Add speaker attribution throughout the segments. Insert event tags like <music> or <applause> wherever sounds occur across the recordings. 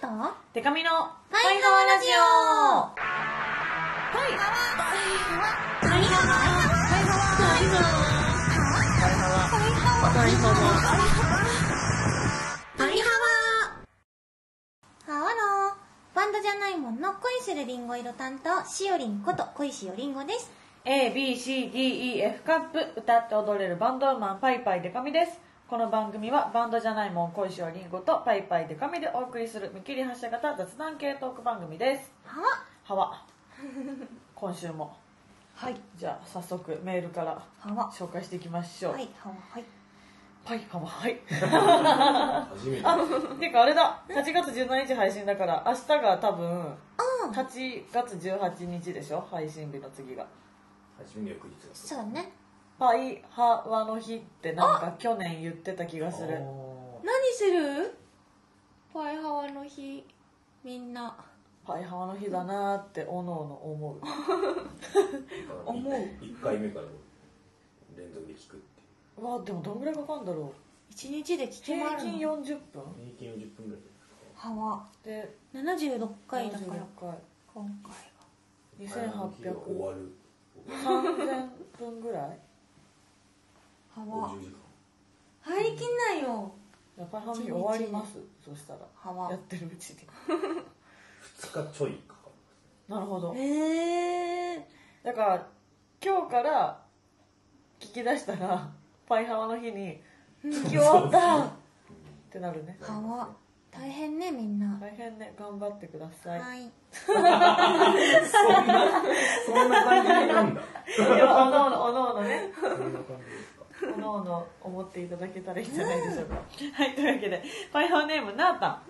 Speaker 1: と
Speaker 2: デカミのパ
Speaker 1: イハワラジオハワローバンドじゃないもんの恋するりんご色担当しおりんこと恋しおりんごです
Speaker 2: はい ABCDEF カップ歌って踊れるバンドウーマンパイパイデカミですこの番組はバンドじゃないもん恋しおりんごとパイパイデカミでお送りする見切り発車型雑談系トーク番組です
Speaker 1: はわ <laughs>
Speaker 2: はわ今週も
Speaker 1: はい
Speaker 2: じゃあ早速メールから
Speaker 1: はわ
Speaker 2: 紹介していきましょう、
Speaker 1: はいはわはい
Speaker 2: パイハワはい <laughs>
Speaker 3: 初めて
Speaker 2: あてかあれだ8月17日配信だから明日が多分
Speaker 1: ああ
Speaker 2: 8月18日でしょ配信日の次が
Speaker 3: 初めて翌日だ
Speaker 1: そうだね
Speaker 2: パイハワの日ってなんか去年言ってた気がする
Speaker 1: 何するパイハワの日みんな
Speaker 2: パイハワの日だなーっておのおの思
Speaker 1: 思う
Speaker 3: 1回目から連続で聞くっていう
Speaker 2: うわでもどんぐらいかかるんだろ
Speaker 1: 一日で
Speaker 2: う
Speaker 1: 聞けま
Speaker 2: 平
Speaker 1: る
Speaker 2: 均
Speaker 1: の
Speaker 2: 40分
Speaker 3: 平均40分ぐらい
Speaker 1: はわ
Speaker 2: で
Speaker 1: 76回だから
Speaker 2: 46回
Speaker 1: 今回は
Speaker 3: じゃないですか終
Speaker 2: 2800
Speaker 3: わる
Speaker 2: 3000分ぐらい
Speaker 1: はわ
Speaker 3: 50時間
Speaker 1: 入りきんないよ
Speaker 2: いやパイハワの日終わりますそしたら
Speaker 1: はわ
Speaker 2: やってるうちに
Speaker 3: 2日ちょいかか
Speaker 2: なるほど
Speaker 1: へえ
Speaker 2: だから今日から聞き出したらパイハワの日に聞き終わったってなるね
Speaker 3: る
Speaker 1: はわ大変ねみんな
Speaker 2: 大変ね頑張ってください、
Speaker 1: はい
Speaker 3: そんなそんな感じなん
Speaker 2: い
Speaker 3: だ
Speaker 2: やおのおのおのおのね
Speaker 3: そんな感じですか
Speaker 2: おのおの思っていただけたらいいんじゃないでしょうかはいというわけでパイハワネームなーたん
Speaker 1: なっ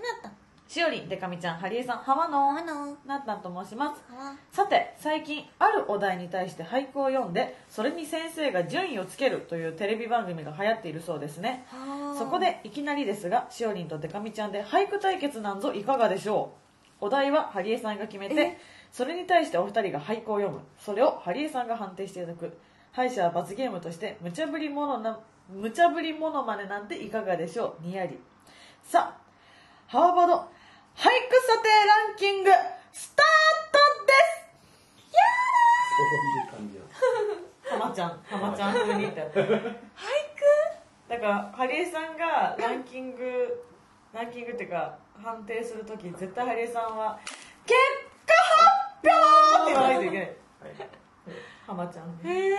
Speaker 2: しおりんでかみちゃんハリエさんハワ
Speaker 1: た
Speaker 2: の
Speaker 1: あの
Speaker 2: なーたんと申します
Speaker 1: はわ
Speaker 2: さて最近あるお題に対して俳句を読んでそれに先生が順位をつけるというテレビ番組が流行っているそうですね
Speaker 1: はあ
Speaker 2: そこでいきなりですがしおりんとデカミちゃんで俳句対決なんぞいかがでしょうお題はハリエさんが決めて
Speaker 1: え
Speaker 2: それに対してお二人が俳句を読むそれをハリエさんが判定していただく敗者は罰ゲームとして無茶ぶりものな無茶ぶりものまねなんていかがでしょうにやりさあハワバド俳句査定ランキングスター
Speaker 3: そういう感じなんです
Speaker 2: トですハマちゃんハマちゃん風にってやった
Speaker 1: 俳
Speaker 2: だからハリエさんがランキングランキングっていうか判定するとき絶対ハリエさんは「結果発表!」って言わないといけない
Speaker 3: はい
Speaker 2: ハマちゃん
Speaker 1: 句
Speaker 2: ね
Speaker 1: へ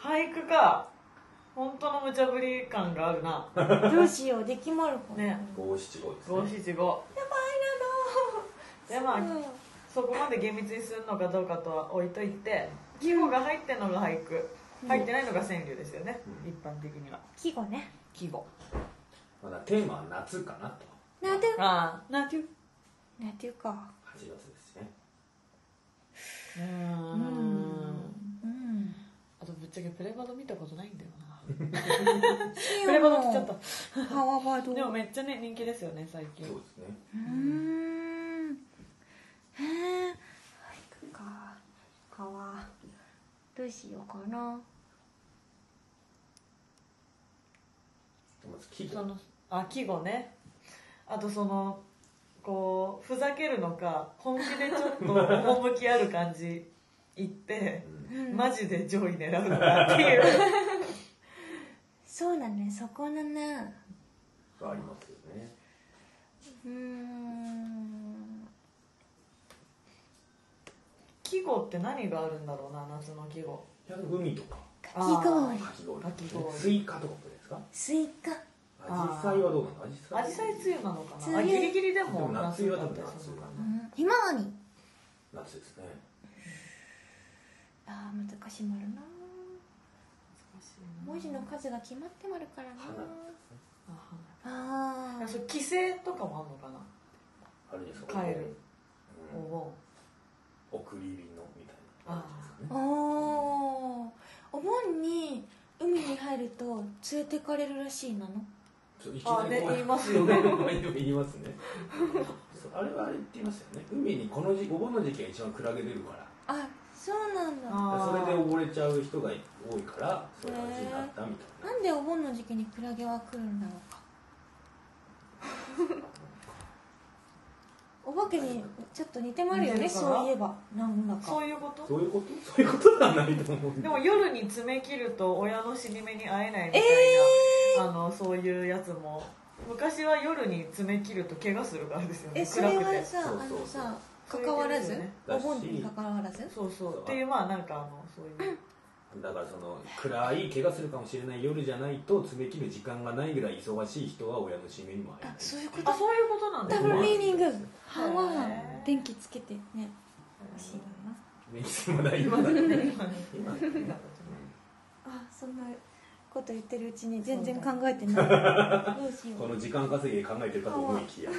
Speaker 2: 俳句か本当の無茶ぶり感があるな
Speaker 1: えどうしようできまるかな
Speaker 2: ね
Speaker 3: 五七五です
Speaker 2: 五
Speaker 3: ね
Speaker 2: 七五
Speaker 1: や
Speaker 2: で
Speaker 1: ば
Speaker 2: ま
Speaker 1: いな
Speaker 2: あ
Speaker 1: のうん
Speaker 2: そこまで厳密にするのかどうかとは置いといて季語が入ってんのが俳句入ってないのが川柳ですよね
Speaker 3: うん
Speaker 2: 一般的には
Speaker 1: 季語ね
Speaker 2: 季語
Speaker 3: まだテーマは夏かなと
Speaker 1: なんて
Speaker 2: ああなんていう
Speaker 1: なんていうか
Speaker 3: 8月ですね
Speaker 2: うー
Speaker 1: うんうん
Speaker 2: あとぶっちゃけプレバド見たことないんだよな
Speaker 1: 季
Speaker 2: プレバド来ちゃった
Speaker 1: ハワバド
Speaker 2: でもめっちゃね人気ですよね最近
Speaker 3: そうですね
Speaker 1: うーんへえ俳句かかわどうしようかな
Speaker 3: まず季
Speaker 2: そ
Speaker 3: 語
Speaker 2: のあ季語ねあとそのこうふざけるのか本気でちょっと趣ある感じ言って
Speaker 3: うん
Speaker 1: うん
Speaker 2: マジで上位狙うのかっていう
Speaker 1: そうだねそこだね
Speaker 3: がありますよね
Speaker 1: うーん
Speaker 2: 季語って何があるんだろうな夏の季語
Speaker 3: いや海とか
Speaker 1: かき氷
Speaker 3: かき氷
Speaker 2: かき氷
Speaker 3: スイカとかもですか
Speaker 1: スイカ
Speaker 3: アジサイはどうなのアジサイ
Speaker 2: 紫陽花梅雨なのかなあ
Speaker 1: 梅
Speaker 2: ギ
Speaker 1: 雨
Speaker 2: リギリで
Speaker 3: で
Speaker 2: も
Speaker 3: も夏は
Speaker 2: だ
Speaker 3: 多
Speaker 2: っ
Speaker 3: 分
Speaker 2: たりす
Speaker 3: 夏
Speaker 2: るのか
Speaker 1: う
Speaker 2: なん
Speaker 1: ひまわり
Speaker 3: 夏ですね
Speaker 1: あー難しいまるな
Speaker 2: 難しいな
Speaker 1: 文字の数が決まってまるからな
Speaker 3: 花
Speaker 2: あ
Speaker 1: あ
Speaker 2: 花
Speaker 1: あ
Speaker 2: あそう帰省とかもあるのか
Speaker 3: あれです
Speaker 2: 帰る
Speaker 3: う
Speaker 2: なんお盆
Speaker 3: 送り火のみたいな感じです
Speaker 1: お
Speaker 3: かね
Speaker 1: おお盆に海に入ると連れてかれるらしいなの
Speaker 3: そういき
Speaker 2: あ
Speaker 3: な
Speaker 2: ね
Speaker 3: り
Speaker 2: 言いますよね
Speaker 3: 言いますねそうあれはあれって言いますよね海にこの時お盆の時期が一番クラゲ出るから
Speaker 1: あそうなんだ
Speaker 2: あ
Speaker 3: それ
Speaker 2: ー
Speaker 3: で溺れちゃう人が多いからそういう感じになったみたい
Speaker 1: なんでお盆の時期にクラゲは来るんだろうかお化けにちょっと似てもあるよね
Speaker 2: 似てるかな
Speaker 1: そういえばなんだ
Speaker 2: そ
Speaker 1: か
Speaker 2: ういうこと
Speaker 3: そういうこと <laughs> そういうことではないと思うんだ
Speaker 2: でも夜に爪切ると親の尻目に会えないみたいな、あのそういうやつも昔は夜に爪切ると怪我するからですよね
Speaker 1: えそれ
Speaker 2: 暗く
Speaker 1: は
Speaker 2: て
Speaker 1: さ
Speaker 3: そう
Speaker 1: あ
Speaker 3: そう
Speaker 1: のさ
Speaker 2: そう
Speaker 1: 関わらず
Speaker 2: そういう
Speaker 1: お
Speaker 3: ことですよね
Speaker 1: 盆に関わらず
Speaker 2: そうそうっていうまあなんかあのそういう
Speaker 3: だからその暗い怪我するかもしれない夜じゃないと爪切る時間がないぐらい忙しい人は親の使命にも入
Speaker 1: あ
Speaker 2: <laughs>
Speaker 3: る
Speaker 1: そういうこと
Speaker 2: あそういうことなんだ
Speaker 1: ダ
Speaker 2: す
Speaker 1: ブルミーニング半々
Speaker 2: はい
Speaker 1: 電気つけてね欲しいな
Speaker 3: 年金もない今だね今だね
Speaker 1: あそんなこと言ってるうちに全然考えてない <laughs> どうしよ
Speaker 3: こ
Speaker 1: う
Speaker 3: の時間稼ぎで考えてるかと思いきや
Speaker 1: ど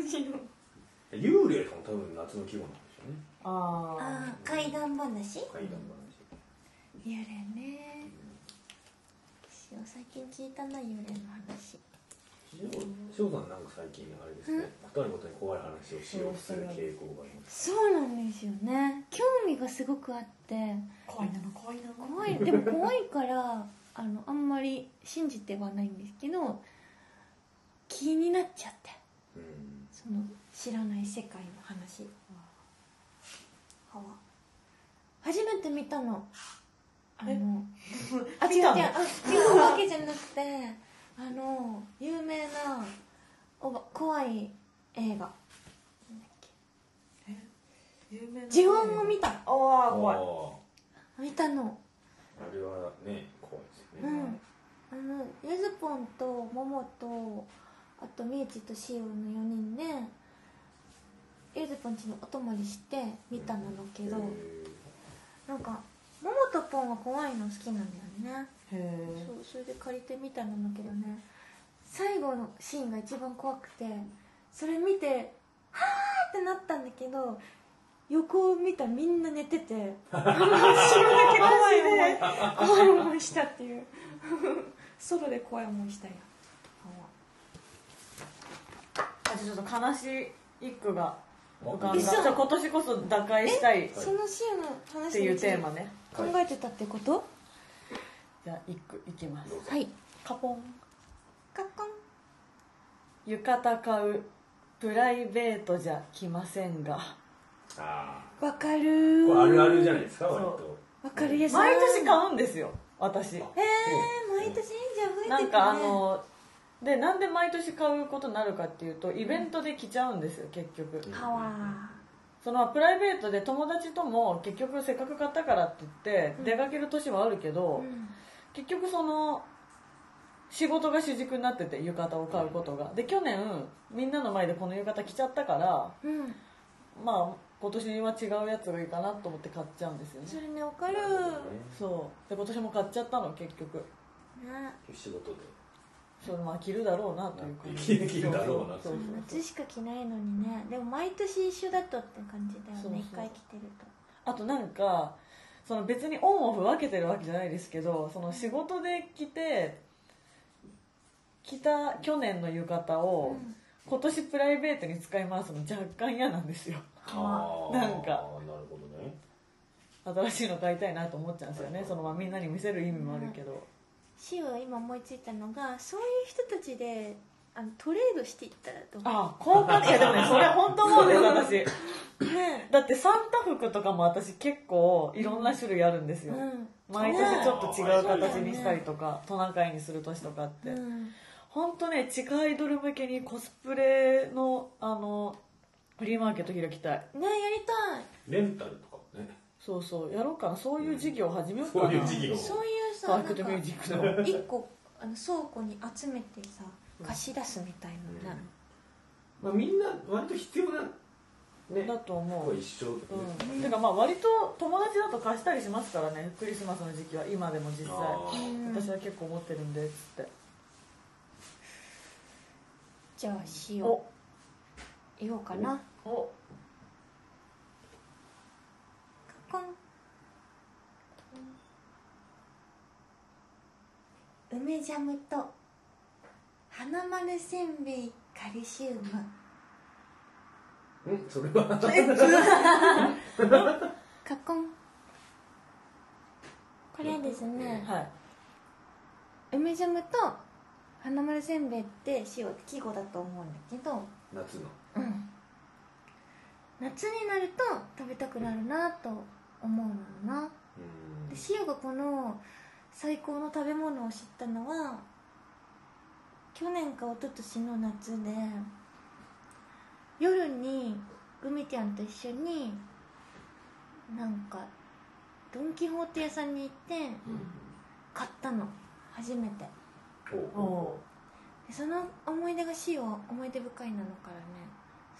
Speaker 1: うしよう
Speaker 3: 幽霊とかも多分夏の季語なんでしょうね
Speaker 2: ああ
Speaker 1: あー怪談話
Speaker 3: 怪談
Speaker 1: 幽霊ね私は最近聞いたな幽霊の話
Speaker 3: 話翔さんなんか最近あれですね断ることに怖い話をしようとする傾向があります
Speaker 1: そうなんですよね興味がすごくあって
Speaker 2: 恋なの恋なの
Speaker 1: 怖いでも怖いからあのあんまり信じてはないんですけど気になっちゃって
Speaker 3: うん
Speaker 1: その知らない世界の話は初めて見たのあ
Speaker 2: え
Speaker 1: のあ違う違
Speaker 2: 見
Speaker 1: う
Speaker 2: た
Speaker 1: あ
Speaker 2: の
Speaker 1: 違うわけじゃなくてあの有名なおば怖い映画
Speaker 2: 有名な
Speaker 1: 呪音を見た
Speaker 2: ああ怖い
Speaker 3: あ
Speaker 1: 見たの
Speaker 3: ーあれはね怖いです
Speaker 1: う
Speaker 3: よね
Speaker 1: んあのゆずぽんとももとあとみゆちとしおの4人でゆずぽんちにお泊まりして見たなのだけど、
Speaker 3: へ
Speaker 1: なんかももとぽんは怖いの好きなんだよね、
Speaker 2: へえ
Speaker 1: そうそれで借りてみたなんだけどね最後のシーンが一番怖くてそれ見てはーってなったんだけど横を見たらみんな寝てて後ろだけ倒れて怖い思いしたっていう外で怖い思いしたよ
Speaker 2: あちょっと悲しい一句が浮かんだ
Speaker 1: え
Speaker 2: じ
Speaker 1: そう
Speaker 2: ゃあ今年こそ打開したいっ
Speaker 1: そのシーンの話
Speaker 2: ていうテーマね
Speaker 1: 考えてたってこと
Speaker 2: じゃあ一句いきま
Speaker 3: ー
Speaker 2: す
Speaker 3: どうぞ
Speaker 1: はい
Speaker 2: カポン
Speaker 1: カッコン
Speaker 2: 浴衣買うプライベートじゃ来ませんが
Speaker 3: あ
Speaker 1: わかる
Speaker 3: ーこれあるあるじゃ
Speaker 1: ん
Speaker 3: ないですか割と
Speaker 1: わかるやつ
Speaker 2: 毎年買うんですよ私
Speaker 1: えー、毎年じゃあ増えてくね
Speaker 2: なんかあのでなんで毎年買うことになるかっていうとイベントで着ちゃうんですよ結局
Speaker 1: パワー
Speaker 2: そのプライベートで友達とも結局せっかく買ったからって言って出かける年はあるけど、結局その仕事が主軸になってて浴衣を買うことがで去年みんなの前でこの浴衣着ちゃったから
Speaker 1: うん、うん、
Speaker 2: まあ今年は違うやつがいいかなと思って買っちゃうんですよ
Speaker 1: そ
Speaker 2: ね
Speaker 1: れねわかる、
Speaker 2: そうで今年も買っちゃったの結局
Speaker 1: ね
Speaker 3: 仕事で
Speaker 2: そうまあ着るだろうなというか
Speaker 3: 着 <laughs> る着るだろうな
Speaker 2: そうそうそう
Speaker 1: 夏しか着ないのにねでも毎年一緒だとって感じだよ
Speaker 2: そうそう
Speaker 1: ね一回着てると
Speaker 2: あとなんかその別にオンオフ分けてるわけじゃないですけどその仕事で着て着た去年の浴衣を
Speaker 1: うん
Speaker 2: 今年プライベートに使い回すの若干嫌なんですよ
Speaker 3: あー
Speaker 2: なんか
Speaker 3: なるほどね
Speaker 2: 新しいの買いたいなと思っちゃうんですよねそのまあみんなに見せる意味もあるけど、
Speaker 1: シオは今思いついたのがそういう人たちであのトレードしていったらどう
Speaker 2: ああ効果的いやでもねそれ本当思うんです私
Speaker 1: ね
Speaker 2: だってサンタ服とかも私結構いろんな種類あるんです
Speaker 1: う
Speaker 2: よ、
Speaker 1: ん
Speaker 2: 毎年ちょっと違う形にしたりとか、トナカイにする年とかって、
Speaker 1: うん
Speaker 2: ほんとね地下アイドル向けにコスプレのあのフリーマーケット開きたい
Speaker 1: ねやりたい
Speaker 3: レンタルとかもね
Speaker 2: そうそうやろうかなそういう事業始めようか
Speaker 3: そ
Speaker 2: な、
Speaker 3: ういう事業
Speaker 1: そういうさ
Speaker 2: バ
Speaker 1: な
Speaker 2: ー
Speaker 1: んか
Speaker 2: クとミュージックの
Speaker 1: 一個あの倉庫に集めてさ貸し出すみたいなね、
Speaker 3: まあ、みんな割と必要なね
Speaker 2: だと思
Speaker 3: こ
Speaker 2: う
Speaker 3: う一緒、
Speaker 2: うん、てかまあ割と友達だと貸したりしますからねクリスマスの時期は今でも実際
Speaker 3: あ
Speaker 1: うん
Speaker 2: 私は結構持ってるんでっつって
Speaker 1: じゃあシオ
Speaker 2: お
Speaker 1: 言おうかな
Speaker 2: お
Speaker 1: コン梅ジャムと花丸せんべいカルシウム
Speaker 3: ーうんそれは
Speaker 1: カコンこれはですね
Speaker 2: はい
Speaker 1: 梅ジャムと花丸せんべいって塩って季語だと思うんだけど、
Speaker 3: 夏の
Speaker 1: うん、夏になると食べたくなるなと思うのよな
Speaker 3: うん
Speaker 1: でシオがこの最高の食べ物を知ったのは去年か一昨年の夏で夜にグミちゃんと一緒になんかドン・キホーテ屋さんに行って買ったの初めて
Speaker 3: おお
Speaker 1: でその思い出がシオ思い出深いなのからね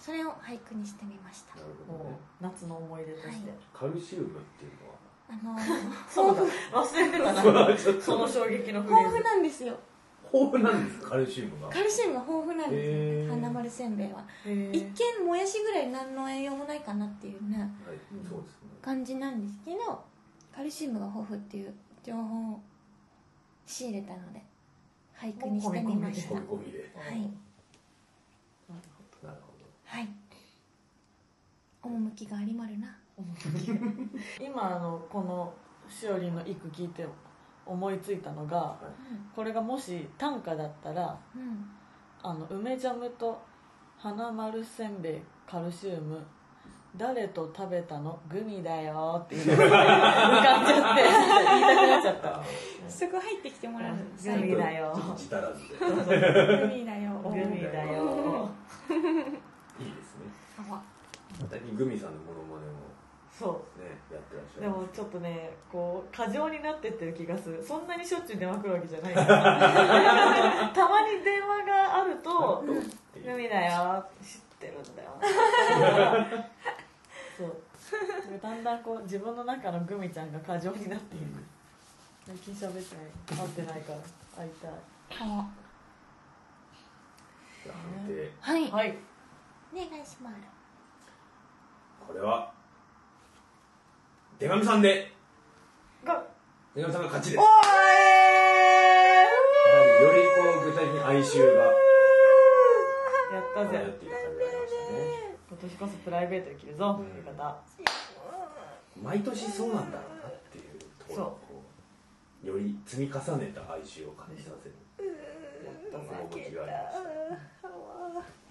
Speaker 1: それを俳句にしてみました
Speaker 3: なるほどね
Speaker 2: もう夏の思い出として、
Speaker 1: は
Speaker 3: カルシウムっていう
Speaker 1: あの
Speaker 2: そうだ
Speaker 1: 豊
Speaker 2: 忘れてたな
Speaker 3: のはちょっ
Speaker 2: その
Speaker 3: と
Speaker 2: 衝撃のフレー
Speaker 1: 富
Speaker 2: ズ
Speaker 1: なんですよ
Speaker 3: 豊富なんですかカルシウムが
Speaker 1: カルシウムが豊富なんですよね、
Speaker 3: へー
Speaker 1: 花丸せんべいは
Speaker 2: へ
Speaker 1: 一
Speaker 2: ー
Speaker 1: 見もやしぐらい何の栄養もないかなっていうね
Speaker 3: はい、そうですね。
Speaker 1: 感じなんですけどカルシウムが豊富っていう情報を仕入れたので俳句にしてみました
Speaker 3: 込
Speaker 1: は
Speaker 3: み込みで。
Speaker 1: い
Speaker 2: なる
Speaker 3: なるほ
Speaker 1: はい趣がありまるな
Speaker 2: ほど今あのこのしおりんの一句聞いて思いついたのがこれがもし短歌だったら
Speaker 1: うん、うん、
Speaker 2: あの梅ジャムと花丸せんべいカルシウム誰と食べたのグミだよっていうのが浮かんじゃって言いたくなっちゃった
Speaker 3: ど。
Speaker 1: すごい入ってきてもらうの
Speaker 2: グミだよ
Speaker 3: ちょっと自足らずで。
Speaker 1: グミだよ
Speaker 2: グミだよ
Speaker 3: いいですね。
Speaker 1: あわ
Speaker 3: またグミさんのモノマネも
Speaker 2: そ
Speaker 3: ね、やってらっしゃ
Speaker 2: う
Speaker 3: る。
Speaker 2: でもちょっとねこう過剰になってってる気がするそんなにしょっちゅう電話来るわけじゃ <laughs> ないからたまに電話があると
Speaker 3: うん、
Speaker 2: 「グミだよ知ってるんだよ」 <laughs> そうでだんだんこう自分の中のグミちゃんが過剰になっていく最近喋ってない会ってないから会いたい
Speaker 1: あわ
Speaker 3: じゃあ判定。
Speaker 1: はい、
Speaker 2: はい
Speaker 1: お願いします
Speaker 3: これは、手紙さんで、
Speaker 2: が
Speaker 3: 手紙さんが勝ちです。
Speaker 2: お
Speaker 3: や
Speaker 2: ー
Speaker 3: はいりよりこう具体的に哀愁が
Speaker 2: やった
Speaker 3: 漂っ
Speaker 2: ぜ
Speaker 3: ている感じがありましたね。
Speaker 2: 今年こそプライベートできるぞ
Speaker 3: うん
Speaker 2: っていう方
Speaker 3: 毎年そうなんだろうなっていうところをこうより積み重ねた哀愁を感じさせる趣がありました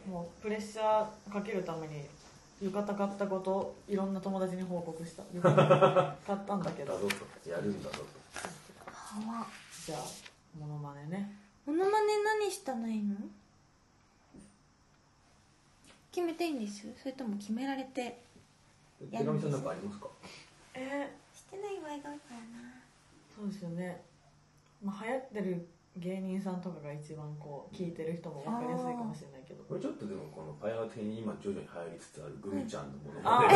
Speaker 2: もうプレッシャーかけるために浴衣買ったことをいろんな友達に報告した浴衣買ったんだけ
Speaker 3: だ
Speaker 2: <laughs> ど
Speaker 3: ぞとやるんだぞ
Speaker 1: あわ
Speaker 2: じゃあモノマネね
Speaker 1: モノマネ何したらいいの決めていいんですよそれとも決められて
Speaker 3: と手紙さんなんかありますか
Speaker 2: え
Speaker 1: してない場合が多いから
Speaker 2: そうですよね、まあ、流行ってる芸人さんとかが一番こう聞いてる人も分かりやすいかもしれないけど
Speaker 3: これちょっとでもこのパイハー的に今徐々に流行りつつあるグミちゃんのもの
Speaker 2: あ
Speaker 3: まね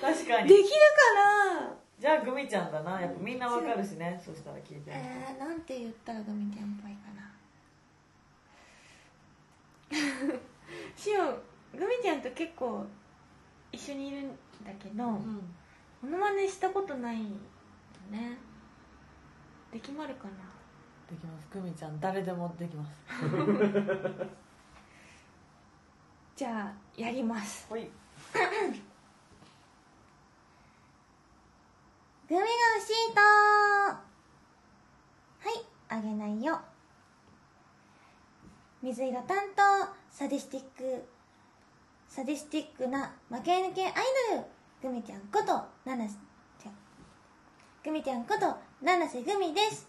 Speaker 2: 確か
Speaker 1: なで
Speaker 2: に
Speaker 1: きるかな
Speaker 2: じゃあグミちゃんだなやっぱみんな分かるしねそしたら聞いてる
Speaker 1: えー、なんて言ったらグミテンっぽいかな <laughs> シオグミちゃんと結構一緒にいるんだけど
Speaker 2: う
Speaker 1: モ
Speaker 2: ん
Speaker 1: ノマネしたことないよねできまるかな
Speaker 2: できますグミちゃん誰でもできます
Speaker 1: じゃあやります
Speaker 2: ほい
Speaker 1: グミが欲しいとはい、あげないよ。水色担当、サディスティック、サディスティックな負け犬系アイドル、グミちゃんこと、ナナセ、違うグミちゃんこと、ナナセグミです。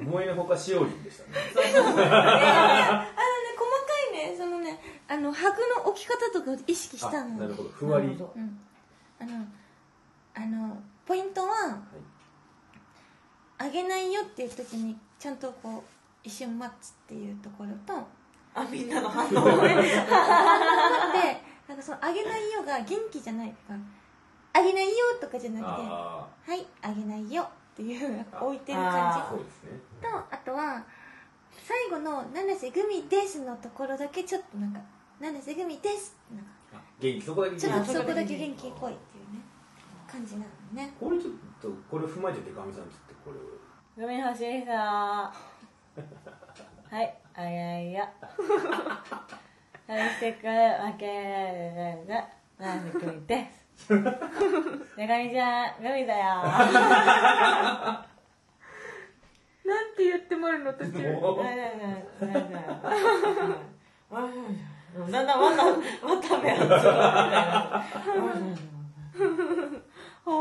Speaker 3: 思いのほかしおりんでしたね
Speaker 1: <laughs> あのね、細かいね、そのね、あの、白の置き方とかを意識した
Speaker 3: あ
Speaker 1: の。
Speaker 3: なるほどふわり
Speaker 2: なるほ
Speaker 1: うん、あのあのポイントは、あげないよっていう時にちゃんとこう一瞬待つっていうところ <laughs> と
Speaker 2: あみんなの反応ね
Speaker 1: でなんかそのあげないよが元気じゃないとかあげないよとかじゃなくては
Speaker 3: あ
Speaker 1: いあげないよっていう
Speaker 3: あ
Speaker 1: 置いてる感
Speaker 3: あ
Speaker 2: ー
Speaker 3: そうですね
Speaker 1: じとあとは最後の「七瀬グミです」のところだけちょっとなんか「七瀬グミです」なんか
Speaker 3: あ元気そこだけ
Speaker 1: ちょっ
Speaker 3: 元
Speaker 1: と
Speaker 3: 気
Speaker 1: そこだけ元気っぽいっていうね感じなの
Speaker 3: <laughs>
Speaker 1: ね
Speaker 3: これちょっとこれ踏まえて手紙さんちょっとこれを
Speaker 2: グミ欲しい人 <laughs> はいあげないよ愛してくれわけがないグミ <laughs> ですでかみちゃんグミだよ
Speaker 1: なん <laughs> て言ってもらうの途
Speaker 3: もう
Speaker 2: ないないないないないないないないないだんだんわたわためあっちゃうみたいな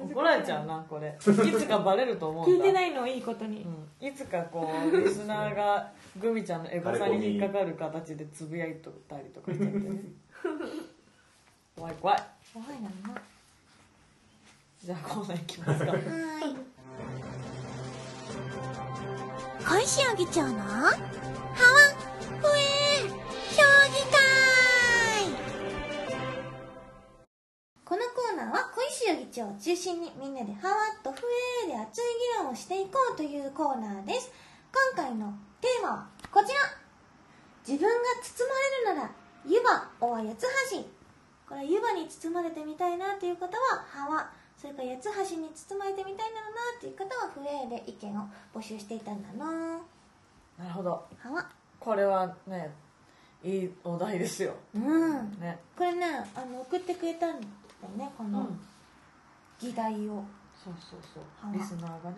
Speaker 2: 怒られちゃうなこれいつかバレると思うんだ
Speaker 1: 聞いてないのをいいことに、
Speaker 2: うんいつかこうリスナーがグミちゃんのエゴサに引っかかる形でつぶやいとったりとかしちゃってね怖い怖い
Speaker 1: 怖いなのな
Speaker 2: じゃあコーナーいきますか
Speaker 4: 小石容疑長のハワふえー評議
Speaker 1: このコーナーは小石代議長を中心にみんなでハワッとフエーで熱い議論をしていこうというコーナーです今回のテーマはこちら自分が包まれるなら湯葉おは八つ橋これは湯葉に包まれてみたいなという方はハワそれから八つ橋に包まれてみたいなのなという方はフエーで意見を募集していたんだな
Speaker 2: なるほど
Speaker 1: ハワ
Speaker 2: これはねいいお題ですよ
Speaker 1: うん
Speaker 2: ね
Speaker 1: これねあの送ってくれたんだよねこ
Speaker 2: うん
Speaker 1: の議題を、
Speaker 2: そうそうそ
Speaker 1: はあ
Speaker 2: うリスナーがね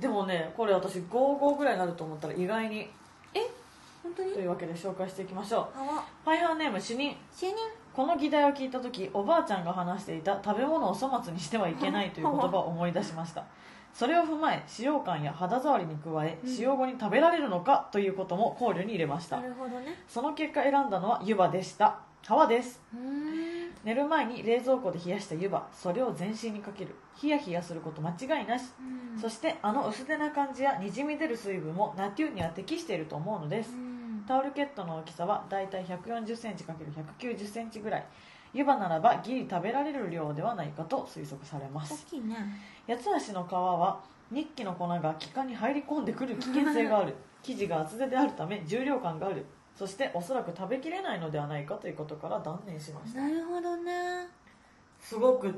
Speaker 2: でもねこれ私55ぐらいになると思ったら意外に
Speaker 1: 本当に
Speaker 2: というわけで紹介していきましょ
Speaker 1: ハワ
Speaker 2: うパイハーネーム主任
Speaker 1: 就任
Speaker 2: この議題を聞いた時おばあちゃんが話していた食べ物を粗末にしてはいけないという言葉を思い出しましたそれを踏まえ使用感や肌触りに加え使用後に食べられるのかということも考慮に入れました
Speaker 1: なるほどね
Speaker 2: その結果選んだのは湯葉でした皮です
Speaker 1: うーん
Speaker 2: 寝る前に冷蔵庫で冷やした湯葉それを全身にかけるヒヤヒヤすること間違いなし
Speaker 1: うん
Speaker 2: そしてあの薄手な感じやにじみ出る水分もナテューには適していると思うのです
Speaker 1: うん
Speaker 2: タオルケットの大きさはだいたい 140cm×190cm ぐらい湯葉ならばギリ食べられる量ではないかと推測されま
Speaker 1: 大
Speaker 2: す
Speaker 1: きいね
Speaker 2: 八つ橋の皮は日記の粉が気管に入り込んでくる危険性がある生地が厚手であるため重量感があるそしておそらく食べきれないのではないかということから断念しました
Speaker 1: なるほどな
Speaker 2: すごく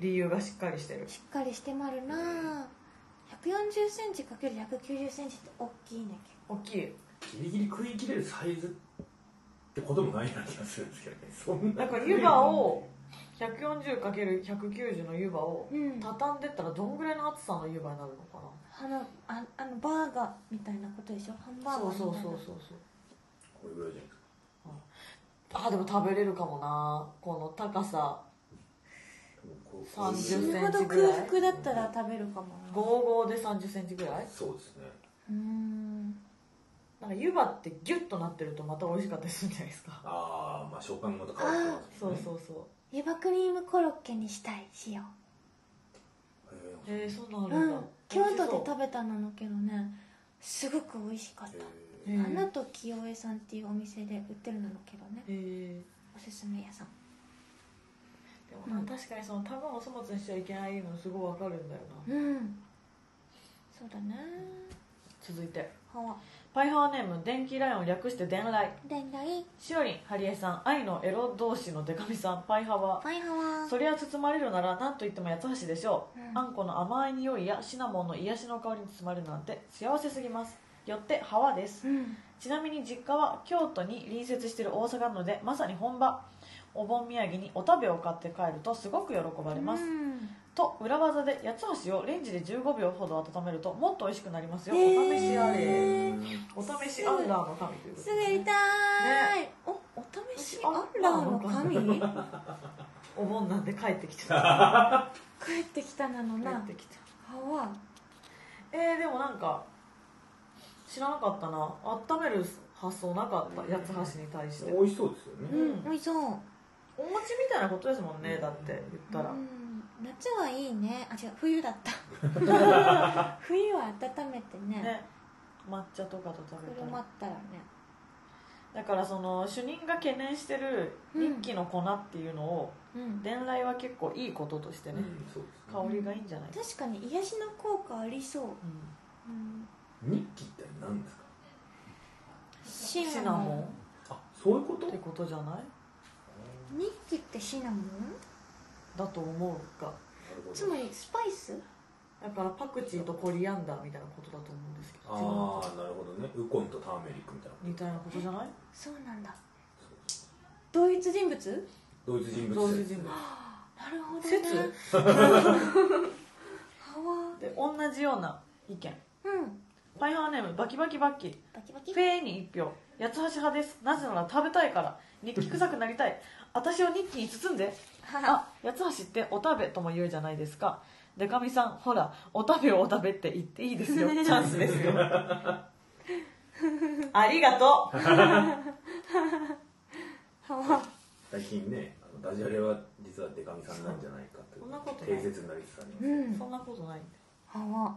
Speaker 2: 理由がしっかりしてる
Speaker 1: しっかりしてまるな1 4 0センチかける1 9 0センチって大きいね
Speaker 2: 大きい
Speaker 3: ギリギリ食い切れるサイズってこともないような気がするんですけどねそん
Speaker 2: な
Speaker 3: <laughs> なん
Speaker 2: か湯葉を 140×190 の湯葉を
Speaker 1: うん
Speaker 2: 畳んでったらどんぐらいの厚さの湯葉になるのか
Speaker 1: あのああのバーガーみたいなことでしょハンバ
Speaker 2: な
Speaker 1: ーガー
Speaker 2: そう
Speaker 1: みたい
Speaker 2: そ
Speaker 1: な
Speaker 2: うそうそうそう
Speaker 3: これぐらいじゃないですか
Speaker 2: あでも食べれるかもなこの高さ
Speaker 3: もうこう
Speaker 2: 30
Speaker 1: 死
Speaker 2: センチ
Speaker 1: ぬほど空腹だったら食べるかもな
Speaker 2: 55で3 0ンチぐらい
Speaker 3: そうですね
Speaker 1: うーん
Speaker 2: なんか湯葉ってギュッとなってるとまた美味しかったりするんじゃないですか
Speaker 3: ああまあ食感もまた変わってます
Speaker 2: そ
Speaker 3: もん
Speaker 2: う
Speaker 3: ね
Speaker 2: そうそ
Speaker 1: 湯葉クリームコロッケにしたいしよ
Speaker 2: うへえそうな
Speaker 1: う、
Speaker 2: ん
Speaker 1: う
Speaker 2: あるんだ
Speaker 1: ん、京都で
Speaker 2: 美味しそう
Speaker 1: 食べたののけどねすごく美味しかった
Speaker 3: へ
Speaker 2: へえ
Speaker 1: 花と清江さんっていうお店で売ってるのだけどね
Speaker 2: へえ
Speaker 1: おすすめ屋さん
Speaker 2: でもな確かにその卵を粗末にしちゃいけないのすごいわかるんだよな
Speaker 1: うんそうだね
Speaker 2: 続いて
Speaker 1: は
Speaker 2: パイハーネーム電気ライオン略して電来
Speaker 1: 恋愛
Speaker 2: しおりんハリエさん愛のエロ同士のデカミさんパイハワ
Speaker 1: パイハワ
Speaker 2: そりゃ包まれるなら何と言っても八つ橋でしょう、
Speaker 1: うん
Speaker 2: あんこの甘い匂いやシナモンの癒しの香りに包まれるなんて幸せすぎますよってハワです、
Speaker 1: うん
Speaker 2: ちなみに実家は京都に隣接している大阪なのでまさに本場お盆土産にお食べを買って帰るとすごく喜ばれます、
Speaker 1: うん
Speaker 2: と裏技で八つ橋をレンジで15秒ほど温めるともっと美味しくなりますよ、
Speaker 1: へー
Speaker 2: お試しあれ
Speaker 3: え
Speaker 2: お試しアンダーの神ということ
Speaker 1: す
Speaker 2: で
Speaker 1: ぐやりたーい、おお試しアンラーの神
Speaker 2: お盆なんで帰ってきち
Speaker 1: <laughs>
Speaker 2: ゃっ
Speaker 1: 帰ってきたなの
Speaker 2: た帰
Speaker 1: な
Speaker 2: ってきちゃった
Speaker 1: ハワ
Speaker 2: えー、でもなんか知らなかったな温める発想なかった八つ橋に対して
Speaker 3: 美味しそうですよ
Speaker 1: う
Speaker 3: ね
Speaker 1: ん美味しそう、
Speaker 2: お餅みたいなことですもんねだって言ったら、
Speaker 1: うん夏はいいねあ違う冬だった <laughs> 冬は温めてね
Speaker 2: ね抹茶とかと食べ
Speaker 1: くる
Speaker 2: た
Speaker 1: ま
Speaker 2: ら
Speaker 1: ったらね
Speaker 2: だからその主任が懸念してる日記の粉っていうのを
Speaker 1: うん
Speaker 2: 伝来は結構いいこととして
Speaker 3: う
Speaker 2: ね、
Speaker 3: んそうですね
Speaker 2: 香りがいいんじゃないか、
Speaker 1: 確かに癒しの効果ありそう、
Speaker 2: う
Speaker 1: うん、
Speaker 3: 日記って何ですか
Speaker 1: シ
Speaker 2: ん、シナモンっ
Speaker 3: あそういうこと
Speaker 2: てことじゃない
Speaker 1: 日記ってシナモン
Speaker 2: だと思うが
Speaker 1: つまりスパイス
Speaker 2: だからパクチーとコリアンダーみたいなことだと思うんですけど違う
Speaker 3: ああーなるほどねウコンとターメリックみたいな
Speaker 2: みたいなことじゃない
Speaker 1: そうなんだ
Speaker 3: そうそう
Speaker 1: 同一人物
Speaker 3: 同一人
Speaker 2: 同
Speaker 3: 物
Speaker 2: 一
Speaker 3: です
Speaker 2: 人物
Speaker 1: なるほどね <laughs>
Speaker 2: 説
Speaker 1: はわ
Speaker 2: で同じような意見
Speaker 1: うん
Speaker 2: パイハーネームバキバキバッキー
Speaker 4: バキバキ
Speaker 2: フェーに1票八つ橋派ですなぜなら食べたいから日記臭くなりたい私を日記に包んであ八つ橋ってお食べとも言うじゃないですかでかみさんほらお食べをお食べって言っていいです
Speaker 1: <laughs>
Speaker 2: よチャンスですよありがとう
Speaker 1: は
Speaker 3: 最近ねあのダジャレは実はデカミさんなんじゃないかって
Speaker 2: そんなことない
Speaker 3: 定説になりつつあります
Speaker 1: う、ん
Speaker 2: そんなことない
Speaker 1: はわ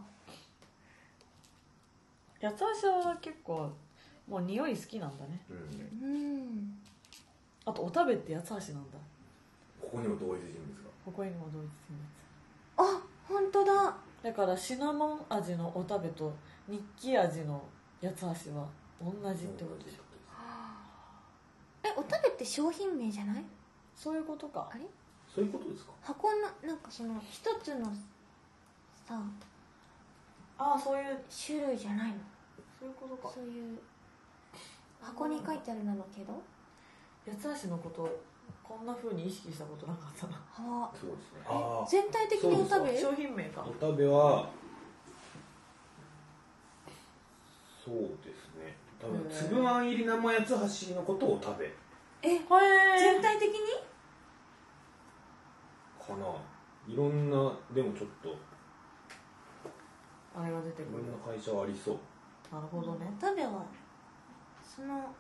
Speaker 2: 八つ橋は結構もう匂い好きなんだね
Speaker 3: うん
Speaker 1: うん
Speaker 2: あとお食べって八つ橋なんだ
Speaker 3: ここにも同一人物が
Speaker 2: ここにも同一人物
Speaker 1: あ本当だ
Speaker 2: だからシナモン味のお食べと日記味の八つ橋は同じってことでしょ
Speaker 1: えおたべって商品名じゃない
Speaker 2: そういうことか
Speaker 1: あれ
Speaker 3: そういうことですか
Speaker 1: 箱のなんかその一つのさ
Speaker 2: ああそういう
Speaker 1: 種類じゃないの
Speaker 2: そういうことか
Speaker 1: そういう箱に書いてあるなのけど
Speaker 2: 八つ橋のことこんな風に意識したことなかったな
Speaker 1: は
Speaker 3: そうですね
Speaker 1: あ
Speaker 3: あ
Speaker 1: え全体的におたべ
Speaker 2: 商品名か
Speaker 3: あお食べはそうですね多分粒あん入り生八つ橋のことを食べか
Speaker 1: え全
Speaker 2: へ
Speaker 1: 体的に
Speaker 3: ないろんなでもちょっとい
Speaker 2: あれが出てく
Speaker 3: ろ
Speaker 2: る
Speaker 3: んな会社ありそう
Speaker 2: なるほどね
Speaker 1: おたべはその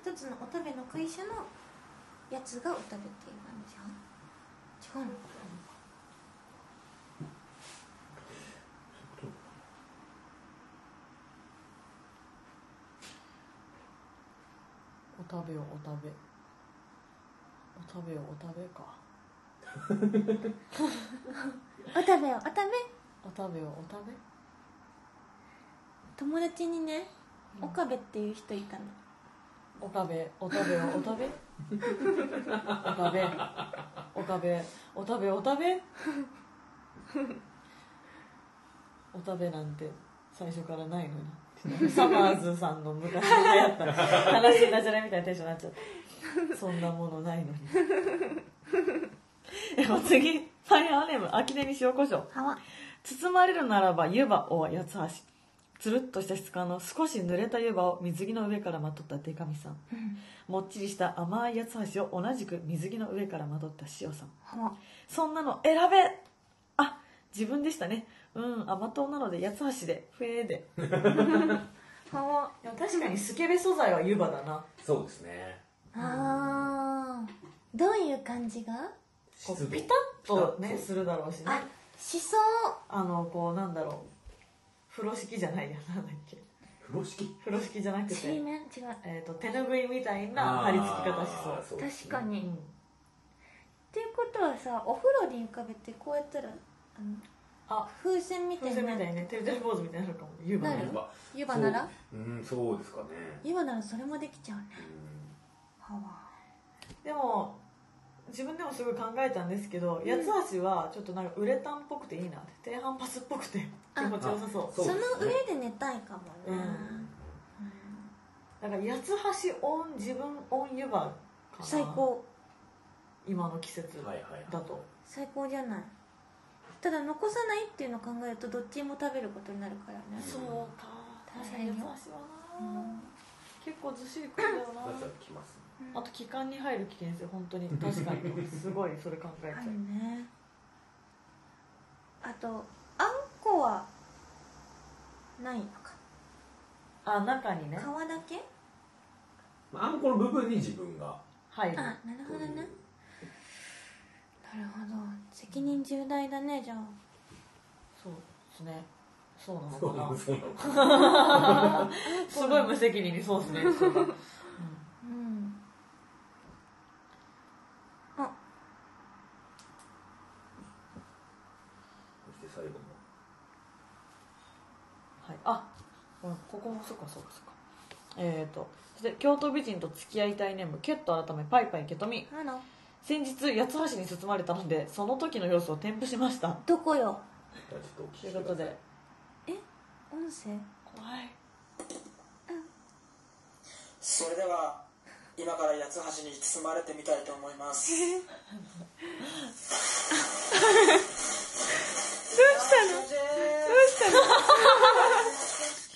Speaker 1: 一つのおたべの会社のやつがおたべっていう感じゃん違うの
Speaker 2: お食べをお食べお食べをお食べか
Speaker 1: おたべをおたべ
Speaker 2: お食べをお食べ
Speaker 1: 友達にね岡部っていう人いたの
Speaker 2: 岡部お食べをお食べ岡部岡部お食べお食べお食べなんて最初からないのにサマーズさんの昔の流行った話ダジャレみたいなテンションになっちゃったそんなものないのにでも次ファイアーネーム秋根に塩コショウ
Speaker 1: はわ
Speaker 2: 包まれるならば湯葉を八つ橋つるっとした質感の少し濡れた湯葉を水着の上からまとったデカミさんもっちりした甘い八つ橋を同じく水着の上からまとった塩さん
Speaker 1: はわ
Speaker 2: そんなの選べあ自分でしたねうん甘党なので八つ橋でフェーで
Speaker 1: はわ
Speaker 2: 確かにスケベ素材は湯葉だな
Speaker 3: そうですね
Speaker 1: ああどういう感じが
Speaker 2: こ
Speaker 3: 湿
Speaker 2: う
Speaker 3: 度
Speaker 2: ピタッとねするだろうしね
Speaker 1: あしそ
Speaker 2: あのこうなんだろう風呂敷じゃないやなんだっけ
Speaker 3: 風呂敷
Speaker 2: 風呂敷じゃなく
Speaker 1: ちり
Speaker 2: て、
Speaker 1: めん違う
Speaker 2: えー、と手ぬぐいみたいな貼り付き方しそう
Speaker 3: あーそうです
Speaker 1: 確
Speaker 3: ね
Speaker 1: かに、っ
Speaker 2: うん
Speaker 1: ていうことはさお風呂に浮かべてこうやったらあの
Speaker 2: あ
Speaker 1: 風船みた
Speaker 2: 風
Speaker 1: い
Speaker 2: 船
Speaker 1: な
Speaker 2: みたいにねテレテレポーズみたいになるかも湯葉
Speaker 1: なる
Speaker 2: ね
Speaker 3: やっぱ
Speaker 1: 湯葉なら
Speaker 3: そううんそうですかね
Speaker 1: 湯葉ならそれもできちゃうね
Speaker 3: うん
Speaker 1: はわ
Speaker 2: でも自分でもすごい考えたんですけど、八つ橋はちょっとなんかウレタンっぽくていいなって低反発っぽくて
Speaker 1: あ
Speaker 2: 気持ちよさそう
Speaker 3: そ
Speaker 1: そう
Speaker 3: で
Speaker 1: の
Speaker 3: すね
Speaker 1: 上で寝たいかもね、
Speaker 2: うんだから八つ橋オン自分オン湯葉かな
Speaker 1: 最高
Speaker 2: 今の季節
Speaker 3: はいはい
Speaker 2: だと
Speaker 1: 最高じゃないただ残さないっていうのを考えるとどっちも食べることになるからね、
Speaker 2: そうか
Speaker 1: 確か
Speaker 2: に
Speaker 1: に
Speaker 2: 八
Speaker 1: ね
Speaker 2: つ橋は
Speaker 1: う
Speaker 2: な、
Speaker 1: ん
Speaker 2: 結構ずっしりくるんだよ
Speaker 3: だった
Speaker 2: な
Speaker 3: ら来ますね
Speaker 2: あと気管に入る危険性本当 <laughs> に確かにすごいそれ考えちゃ
Speaker 1: あ
Speaker 2: う、
Speaker 1: るねあとあんこはないのか
Speaker 2: あ中にね
Speaker 1: 皮だけ
Speaker 3: まああんこの部分に自分が
Speaker 2: 入る
Speaker 1: あなるほどねなるほど責任重大だねじゃあ
Speaker 2: そうですねそうなの
Speaker 3: そう
Speaker 2: かな
Speaker 3: そうなのか
Speaker 2: すごい無責任にそう <laughs> ですね。
Speaker 1: うんあ
Speaker 3: そして最後の
Speaker 2: はい、あ、うんここもそっかそっかそっか。えっ、と、そして京都美人と付き合いたいネーム、ケット改めパイパイケトミ。
Speaker 1: あの
Speaker 2: 先日、八つ橋に包まれたので、その時の様子を添付しました。
Speaker 1: どこよ
Speaker 3: じゃあちょっとお聞き
Speaker 2: という
Speaker 3: くだ
Speaker 2: こ
Speaker 3: さ
Speaker 2: とで、
Speaker 1: 音声
Speaker 2: 怖い。
Speaker 5: それでは今から八つ橋に包まれてみたいと思いますどうしたのどうした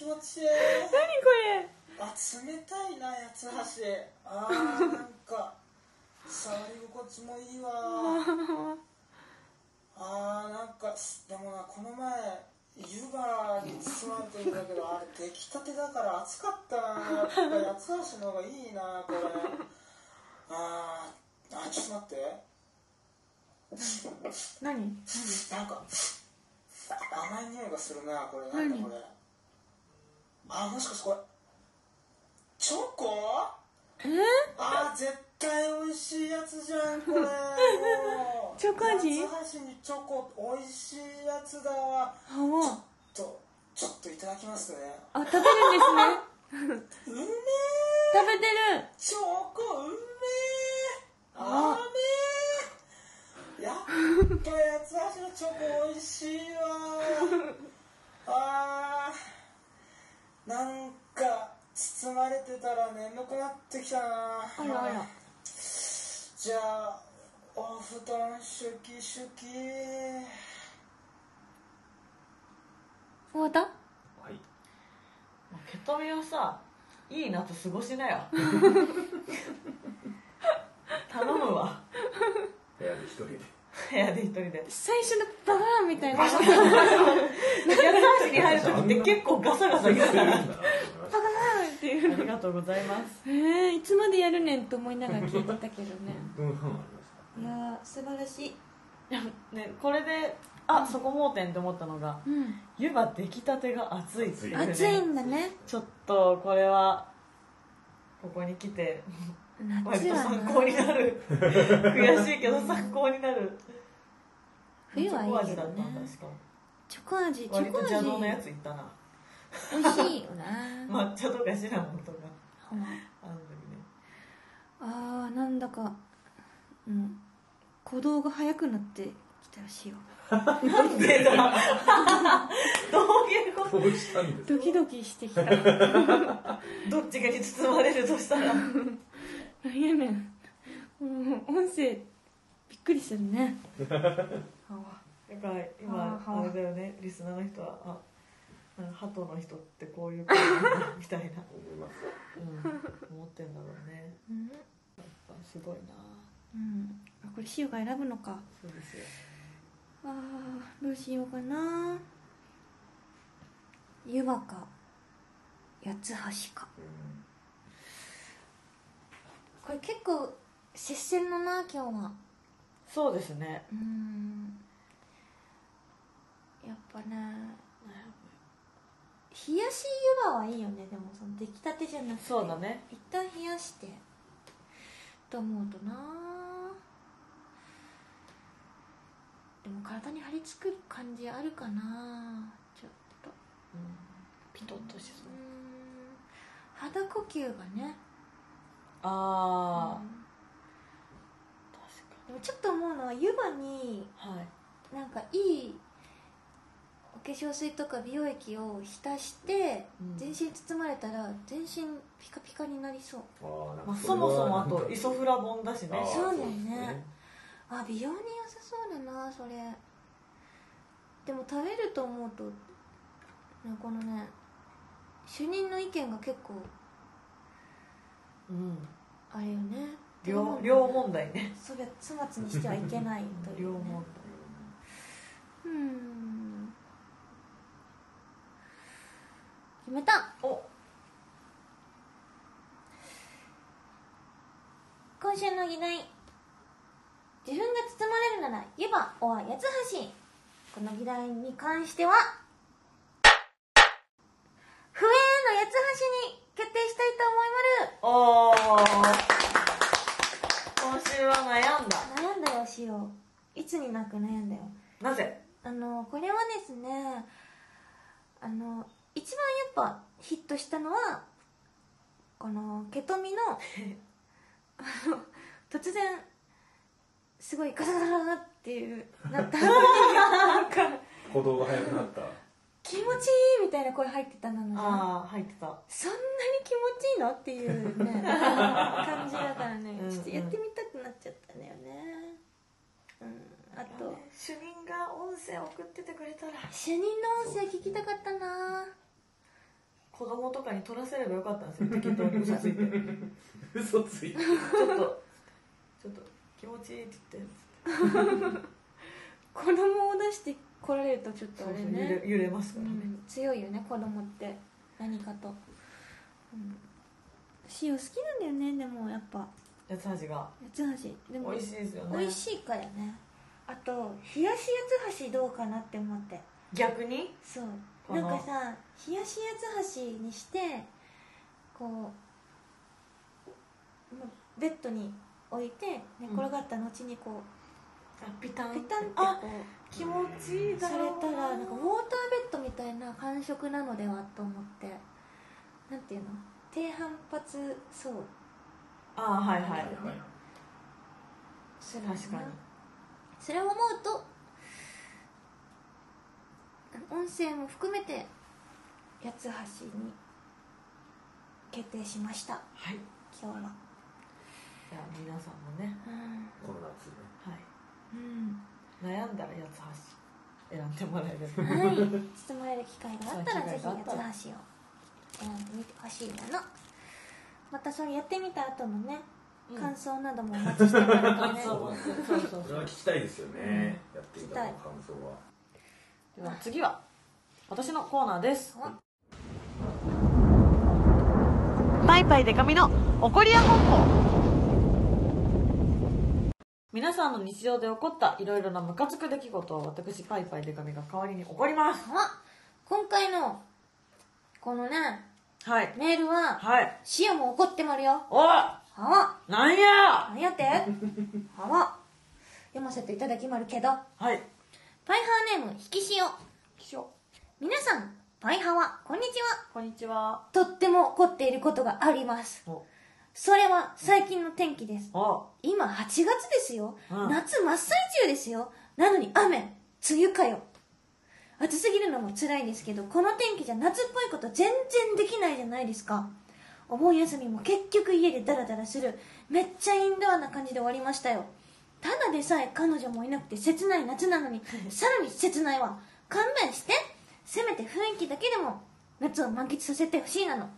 Speaker 5: の持ちいい
Speaker 2: 何これ
Speaker 5: あ冷たいな八つ橋あーなんか触り心地もいいわあーなんかすでもなこの前湯葉に包まれてるんだけどあれ出来たてだから熱かったなやっぱり八つ橋の方がいいなこれあーあちょっと待って
Speaker 1: 何
Speaker 5: なんか甘い匂いがするなこれなんだこれあもしかしてこれチョコあー絶対美味しいやつじゃんこれもう
Speaker 1: <laughs> チョコ味
Speaker 5: 八つ橋にチョコ美味しいやつだわ
Speaker 1: あもう
Speaker 5: とちょっといただきますね
Speaker 1: あ食べるんですね
Speaker 5: うめえ
Speaker 1: <laughs> 食べてる
Speaker 5: チョコうめえあめえやっぱやつ橋のチョコ美味しいわあーなんか包まれてたら眠くなってきたな
Speaker 1: あらあら
Speaker 5: じゃあお布団シュキシュキ
Speaker 1: 終わった
Speaker 3: はい
Speaker 2: 毛富をさいい夏過ごしなよ <laughs> 頼むわ
Speaker 3: 部屋で一人で
Speaker 2: 部屋で一人で
Speaker 1: 最初のババアみたいなバ
Speaker 2: 八つ橋に入る時って結構ガサガサ言うから
Speaker 1: バーンっていう
Speaker 2: ありがとうござい
Speaker 1: <laughs>
Speaker 2: ます
Speaker 1: えー、いつまでやるねんと思いながら聞いてたけどね
Speaker 3: 1分半あ
Speaker 1: <laughs>
Speaker 3: りました
Speaker 1: いやー素晴らしい
Speaker 2: ねこれであそこ盲点って思ったのが
Speaker 1: うん
Speaker 2: 湯葉出来たてが熱いっていうね
Speaker 1: 暑いんだね
Speaker 2: ちょっとこれはここに来て割
Speaker 1: 夏
Speaker 2: と
Speaker 1: は
Speaker 2: 参
Speaker 1: な
Speaker 2: 考に
Speaker 1: <laughs>
Speaker 2: なる悔しいけど参考になる
Speaker 1: 冬はいい
Speaker 2: チョコ味
Speaker 1: けど
Speaker 2: だったんだ
Speaker 1: ね
Speaker 2: しかも
Speaker 1: チョコ味チ
Speaker 2: 割
Speaker 1: ョコ
Speaker 2: と
Speaker 1: 味
Speaker 2: 邪道なやついったな
Speaker 1: 美味しい <laughs> よな、
Speaker 2: 抹茶とかシナモンとか
Speaker 1: ほんま
Speaker 2: あるんね
Speaker 1: あーなんだかうん鼓動が速くなってきたらしいよ
Speaker 2: なんでだどういうこ
Speaker 3: そうしたんです
Speaker 1: ドキドキしてきた
Speaker 2: とどっちかに包まれるとしたら
Speaker 1: 何やねんもう音声びっくりする
Speaker 2: <laughs>
Speaker 1: ねあわ
Speaker 2: だから
Speaker 1: は
Speaker 2: 今
Speaker 1: あはあ
Speaker 2: あれだよねリスナーの人はあなんか鳩の人ってこういう感じなんだみたいな、
Speaker 3: 思います
Speaker 2: うん、思ってんだろうね
Speaker 1: うん、
Speaker 2: やっぱすごいな
Speaker 1: うん、あこれ塩が選ぶのか
Speaker 2: そうですよ
Speaker 1: あーどうしようかな湯葉か八つ橋か
Speaker 3: うん
Speaker 1: これ結構接戦のな今日は
Speaker 2: そうですね
Speaker 1: うーんやっぱね冷やし湯葉はいいよねでもその出来たてじゃなくて
Speaker 2: そうだね
Speaker 1: 一旦冷やしてと思うとなでも体に張り付く感じあるかなちょっと
Speaker 2: ピトッとし
Speaker 1: うーん肌呼吸がね
Speaker 2: あ
Speaker 1: う
Speaker 2: あ
Speaker 1: ん
Speaker 2: 確
Speaker 1: でもちょっと思うのは湯葉に
Speaker 2: かにはい
Speaker 1: なんかいいお化粧水とか美容液を浸して
Speaker 2: うん
Speaker 1: 全身包まれたら全身ピカピカになりそう
Speaker 3: ああなん
Speaker 2: まあ、
Speaker 3: か
Speaker 2: そもそもあとイソフラボンだしね
Speaker 3: あー
Speaker 1: そうだよね
Speaker 3: です
Speaker 1: あ美容に良さそうだなそれでも食べると思うと、ね、このね主任の意見が結構
Speaker 2: うん
Speaker 1: あれよね
Speaker 2: 量量問題ね
Speaker 1: それ粗末にしてはいけないとい
Speaker 2: 量
Speaker 1: う、ね
Speaker 2: 問、
Speaker 1: うん決めた
Speaker 2: 題お
Speaker 1: 今週の議題自分が包まれるなら湯葉 or 八つ橋この議題に関しては不栄の八つ橋に決定したいと
Speaker 2: おー今週は悩んだ
Speaker 1: 思います悩んだよしよういつになく悩んだよ
Speaker 2: なぜ
Speaker 1: あのこれはですねあの一番やっぱヒットしたのはこのケトミの <laughs> あの突然すごいガサガサガサっていうな
Speaker 2: <laughs>
Speaker 1: ったなんか
Speaker 3: ね鼓動が速くなった
Speaker 1: 気持ちいいみたいな声入ってたなのじゃん
Speaker 2: ああ入ってた
Speaker 1: そんなに気持ちいいのっていうね感じだからね
Speaker 2: うん
Speaker 1: ちょっとやってみたくなっちゃったんだよねうんあと
Speaker 2: 主任が音声送っててくれたら
Speaker 1: 主任の音声聞きたかったな
Speaker 2: 子供とかに取らせればよかったんですよ適当に嘘ついて
Speaker 3: 嘘つい
Speaker 2: ち
Speaker 3: て
Speaker 2: ょっとちょっと気持ちいいって言って
Speaker 1: 子供を出して来られるとちょっと
Speaker 2: そ
Speaker 1: あ
Speaker 2: う
Speaker 1: れ
Speaker 2: そう
Speaker 1: ね
Speaker 2: 揺れ揺れますから
Speaker 1: う
Speaker 2: ね、
Speaker 1: ん強いよね子供って何かと、うん、塩好きなんだよねでもやっぱ
Speaker 2: 八つ橋が
Speaker 1: 八つ橋でも
Speaker 2: 美味しいですよね
Speaker 1: 美味しいからねあと冷やし八つ橋どうかなって思って
Speaker 2: 逆に
Speaker 1: そう
Speaker 2: か
Speaker 1: な
Speaker 2: なん
Speaker 1: かさ冷やし八つ橋にしてこうまベッドに置いて寝転がった後にこ
Speaker 2: あピタ
Speaker 1: う、
Speaker 2: ン
Speaker 1: ペタンってこ
Speaker 2: あ
Speaker 1: う
Speaker 2: 気持ちいいだ
Speaker 1: され
Speaker 2: ろう
Speaker 1: たらなんかウォーターベッドみたいな感触なのではと思ってなんていうの低反発そう
Speaker 2: あはいはい
Speaker 3: はいはい
Speaker 1: するの
Speaker 2: 確かに
Speaker 1: それを思うとあの音声も含めて八つ橋に決定しました
Speaker 2: はい
Speaker 1: 今日は
Speaker 2: じゃあ皆さんもね、
Speaker 1: うん、
Speaker 3: この夏ね
Speaker 2: はい、
Speaker 1: うん、
Speaker 2: 悩んだら八つ橋選んでもらえれば
Speaker 1: はい包まれる機会があったら
Speaker 2: そ
Speaker 1: ぜ
Speaker 2: ういう
Speaker 1: ひ
Speaker 2: 機会があったら
Speaker 1: 八つ橋を選んでみてほしいなのまたそれやってみた後のね
Speaker 2: うん
Speaker 1: 感想などもお待ちしてますので、
Speaker 2: 感
Speaker 1: ね
Speaker 2: 想も <laughs> そうそう
Speaker 3: こ
Speaker 2: そ
Speaker 3: れは
Speaker 2: う
Speaker 3: 聞きたいですよね、やってみたの感想は
Speaker 2: では次は私のコーナーですパイパイデカミの怒りや本舗皆さんの日常で起こったいろいろなムカつく出来事を私パイパイデカミが代わりに怒ります
Speaker 1: あ今回のこのね
Speaker 2: はい
Speaker 1: メールは
Speaker 2: はい
Speaker 1: シオも怒ってもるよ
Speaker 2: おい
Speaker 1: は
Speaker 2: なんや
Speaker 1: 何やっては読ませていただきまるけど
Speaker 2: はい
Speaker 1: パイハーネームひきしお
Speaker 2: 気象
Speaker 1: 皆さんパイハワこんにちは
Speaker 2: こんにちは
Speaker 1: とっても怒っていることがあります
Speaker 2: お
Speaker 1: それは最近の天気です
Speaker 2: お
Speaker 1: 今8月ですよ、
Speaker 2: うん
Speaker 1: 夏真っ最中ですよなのに雨梅雨かよ暑すぎるのも辛いですけどこの天気じゃ夏っぽいこと全然できないじゃないですかお盆休みも結局家でダラダラするめっちゃインドアな感じで終わりましたよただでさえ彼女もいなくて切ない夏なのにさらに切ないわ勘弁してせめて雰囲気だけでも夏を満喫させてほしいなの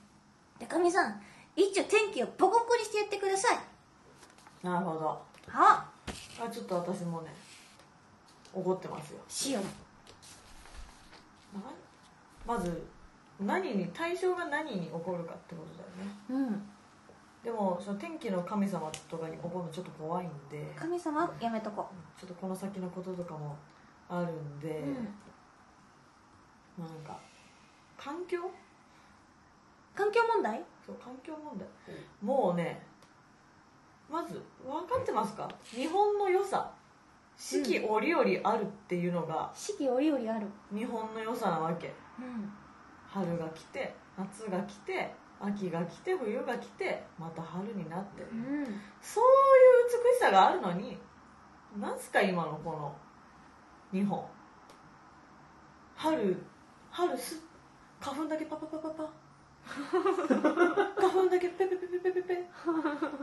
Speaker 1: でかみさん一応天気をボコボコにしてやってください
Speaker 2: なるほど
Speaker 1: は
Speaker 2: あちょっと私もね怒ってますよ
Speaker 1: シオン
Speaker 2: まず何に対象が何に起こるかってことだよね
Speaker 1: うん
Speaker 2: でもその天気の神様とかに起こるのちょっと怖いんで
Speaker 1: 神様はやめとこ
Speaker 2: ちょっとこの先のこととかもあるんで、
Speaker 1: う、
Speaker 2: なんか環境
Speaker 1: 環境問題
Speaker 2: そう環境問題もうねまず分かってますか日本の良さ四季折々あるっていうのが
Speaker 1: 四季折々ある
Speaker 2: 日本の良さなわけ
Speaker 1: うん
Speaker 2: 春が来て夏が来て秋が来て冬が来てまた春になって
Speaker 1: うん
Speaker 2: そういう美しさがあるのになんすか今のこの日本春春す花粉だけパパパパパ花粉だけペペペペペペペ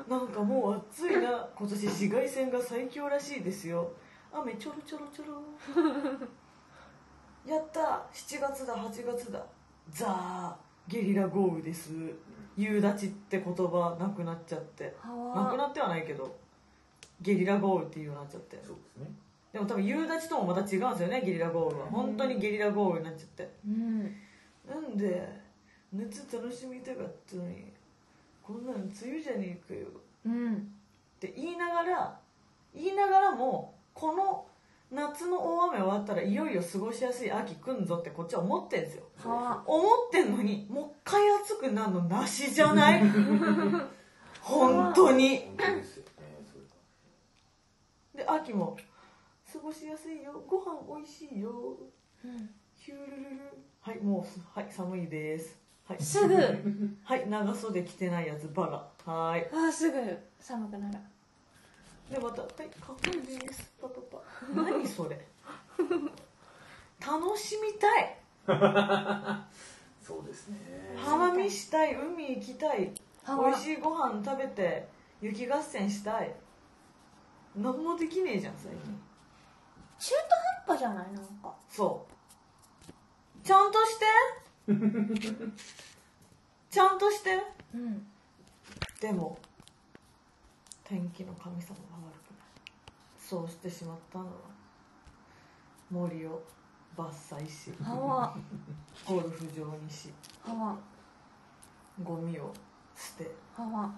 Speaker 2: なんかもう暑いな今年紫外線が最強らしいですよ雨ちょろちょろちょろやった7月だ8月だザーゲリラ豪雨です夕立って言葉なくなっちゃってなく
Speaker 1: は
Speaker 2: なってはないけどゲリラ豪雨っていうようになっちゃって
Speaker 3: そうですね
Speaker 2: でも多分夕立ともまた違うんですよねゲリラ豪雨は本当にゲリラ豪雨になっちゃって
Speaker 1: うん
Speaker 2: なんで夏楽しみたかったのにこんなの梅雨じゃねえかよ
Speaker 1: うん
Speaker 2: って言いながら言いながらもこの夏の大雨終わったらいよいよ過ごしやすい秋来んぞってこっちは思ってんですよ
Speaker 1: は
Speaker 2: 思ってんのにもう一回暑くなるのなしじゃ <laughs> ない本当に
Speaker 3: 本当ですよねそれ
Speaker 2: で秋も過ごしやすいよご飯美味しいよヒュルルルはいもうすはい寒いですはい
Speaker 1: すぐ
Speaker 2: はい長袖着てないやつバカはーい
Speaker 1: ああすぐ寒くなる
Speaker 2: でまたはいかっこい
Speaker 1: <laughs>
Speaker 2: いですパパパ何それ楽しみたい
Speaker 3: そうですね
Speaker 2: 花見したい海行きたい
Speaker 1: は
Speaker 2: 美味しいご飯食べて雪合戦したい何もできねえじゃん最近
Speaker 1: 中途半端じゃないなんか
Speaker 2: そうちゃんとしてちゃんとして
Speaker 1: うん
Speaker 2: でも天気の神様が悪くないそうしてしまったのは森を伐採し
Speaker 1: ハワ
Speaker 2: ゴルフ場にし
Speaker 1: ハワ
Speaker 2: ゴミを捨て
Speaker 1: ハワ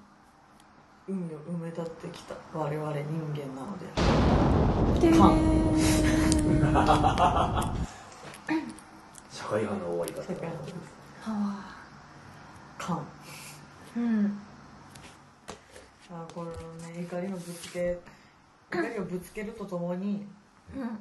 Speaker 2: 海を埋め立ってきた我々人間なので
Speaker 1: で
Speaker 2: パ
Speaker 3: 社会派の終わり方だな
Speaker 1: ハワ
Speaker 2: カン
Speaker 1: うん
Speaker 2: あこのね怒りをぶつけ怒りをぶつけるとともに
Speaker 1: うん
Speaker 2: こ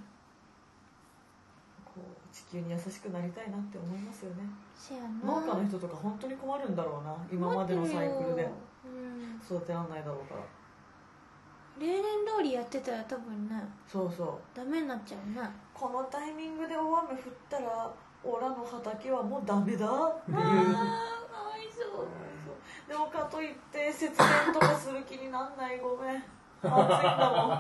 Speaker 2: う地球に優しくなりたいなって思いますよね
Speaker 1: せや
Speaker 2: 農家
Speaker 1: な
Speaker 2: の人とか本当に困るんだろうな今までのサイクルで
Speaker 1: うん
Speaker 2: 育てらんないだろうから
Speaker 1: 例年通りやってたら多分ね
Speaker 2: そうそう
Speaker 1: ダメになっちゃうね
Speaker 2: このタイミングで大雨降ったらオラの畑はもうダメだっていう
Speaker 1: あーかわいそう
Speaker 2: でもかといって節電とかする気になんないごめん暑いんだもん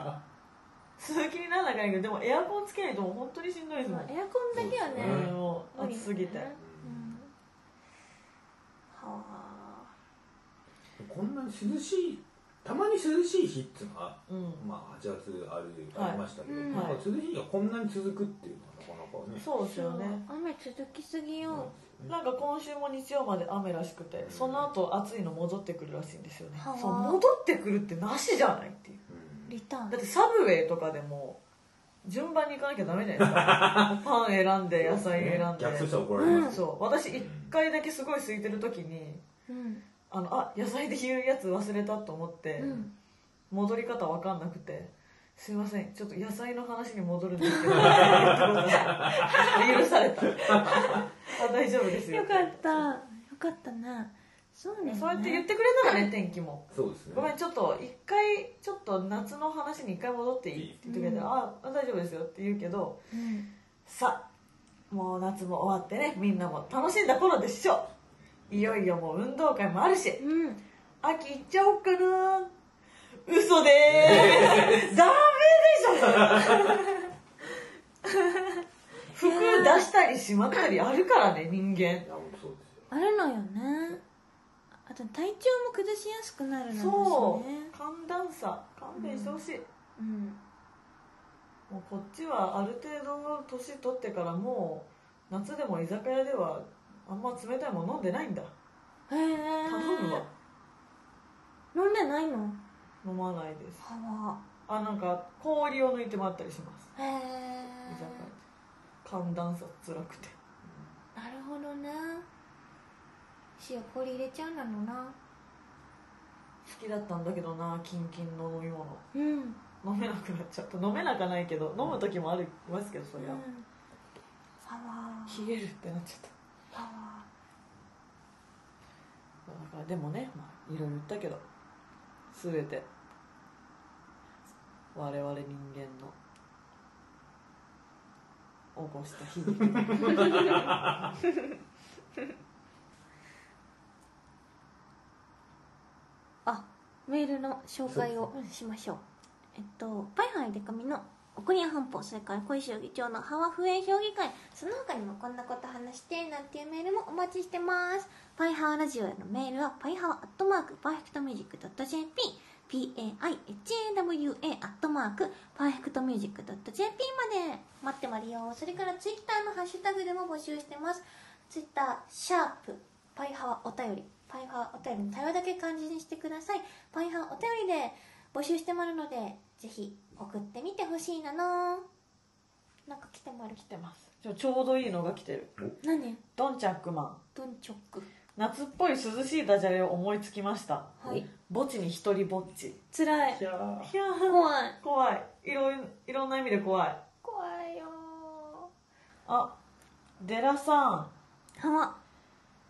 Speaker 2: する気になんなきゃいけないけどでもエアコンつけないともう本当にしんどいですもん、
Speaker 1: エアコンだけはね
Speaker 2: うんもう暑すぎて、
Speaker 1: 無理だよねうんはあ
Speaker 3: こんなに涼しいたまに涼しい日っていうのは
Speaker 2: うん
Speaker 3: まあ8月あるありましたけど、
Speaker 1: はいうん
Speaker 3: なんか涼しい日がこんなに続くっていうのはなかなかね
Speaker 2: そうですよね
Speaker 1: 雨続きすぎよ
Speaker 2: なんか今週も日曜まで雨らしくてその後暑いの戻ってくるらしいんですよね
Speaker 1: はあ
Speaker 2: そう戻ってくるってなしじゃないっていう
Speaker 3: うん
Speaker 1: リターン
Speaker 2: だってサブウェイとかでも順番に行かなきゃダメじゃないです
Speaker 3: <laughs>
Speaker 2: かパン選んで野菜選んで
Speaker 3: 逆したら怒られますよ、
Speaker 2: そう私一回だけすごい空いてる時に
Speaker 1: うん
Speaker 2: あのあ野菜で言うやつ忘れたと思って、
Speaker 1: うん
Speaker 2: 戻り方わかんなくて「すいませんちょっと野菜の話に戻るん
Speaker 3: <laughs>
Speaker 2: ですけど」って言ってください許されたあ大丈夫ですよ
Speaker 1: よかったよかったなそうね
Speaker 2: そうやって言ってくれたらね天気も
Speaker 3: そうですね
Speaker 2: ごめんちょっと一回ちょっと夏の話に一回戻っていいって言ってくれたら
Speaker 1: う
Speaker 2: 「あ大丈夫ですよ」って言うけど
Speaker 1: うん
Speaker 2: さあもう夏も終わってねみんなも楽しんだ頃でしょいよいよもう運動会もあるし
Speaker 1: うん
Speaker 2: 秋行っちゃおうかな嘘でーすダメでしょ服出したりしまったりあるからね人間
Speaker 3: いやもうそうですよ
Speaker 1: あるのよねあと体調も崩しやすくなるのですね
Speaker 2: そう寒暖差勘弁してほしい、
Speaker 1: うん
Speaker 2: もうこっちはある程度年取ってからもう夏でも居酒屋ではあんま冷たいもの飲んでないんだ
Speaker 1: へえ
Speaker 2: 頼むわ
Speaker 1: 飲んでないの
Speaker 2: 飲まないです
Speaker 1: は
Speaker 2: あなんか氷を抜いてもらったりします
Speaker 1: わへえ
Speaker 2: 居酒屋で寒暖差辛くて
Speaker 1: なるほどね塩氷入れちゃうなのな
Speaker 2: 好きだったんだけどなキンキンの飲み物
Speaker 1: うん
Speaker 2: 飲めなくなっちゃった飲めなくはないけど飲む時もありますけどそりゃ、
Speaker 1: うんはわ
Speaker 2: 冷えるってなっちゃった
Speaker 1: はわ
Speaker 2: だからでもね、まあ、いろいろ言ったけど全て我々人間の起こした悲劇
Speaker 1: あメールの紹介をしましょうえっと「パイハイでかみ」の「おこりや半歩」それから「恋州議長のハワフエ評議会」その他にもこんなこと話してなんていうメールもお待ちしてますパイハワラジオへのメールはパイハワアットマークパーフェクトミュージックドット JP PAIHAWA アットマークパーフェクトミュージックドット JP まで待ってまりよそれからツイッターのハッシュタグでも募集してますツイッターシャープパイハワお便りパイハワお便りの対話だけ漢字にしてくださいパイハワお便りで募集してもらうのでぜひ送ってみてほしいなのなんか来てもらう
Speaker 2: 来てますちょちょうどいいのが来てる
Speaker 1: 何
Speaker 2: ドンチャックマン
Speaker 1: ドンチョック
Speaker 2: 夏っぽい涼しいダジャレを思いつきました
Speaker 1: はい
Speaker 2: 墓地に一人ぼっち
Speaker 1: つらい
Speaker 3: いやー
Speaker 2: いや
Speaker 1: 怖い
Speaker 2: ー怖いいろいいろんな意味で怖い
Speaker 1: 怖いよ
Speaker 2: あデラさん
Speaker 1: ーハワ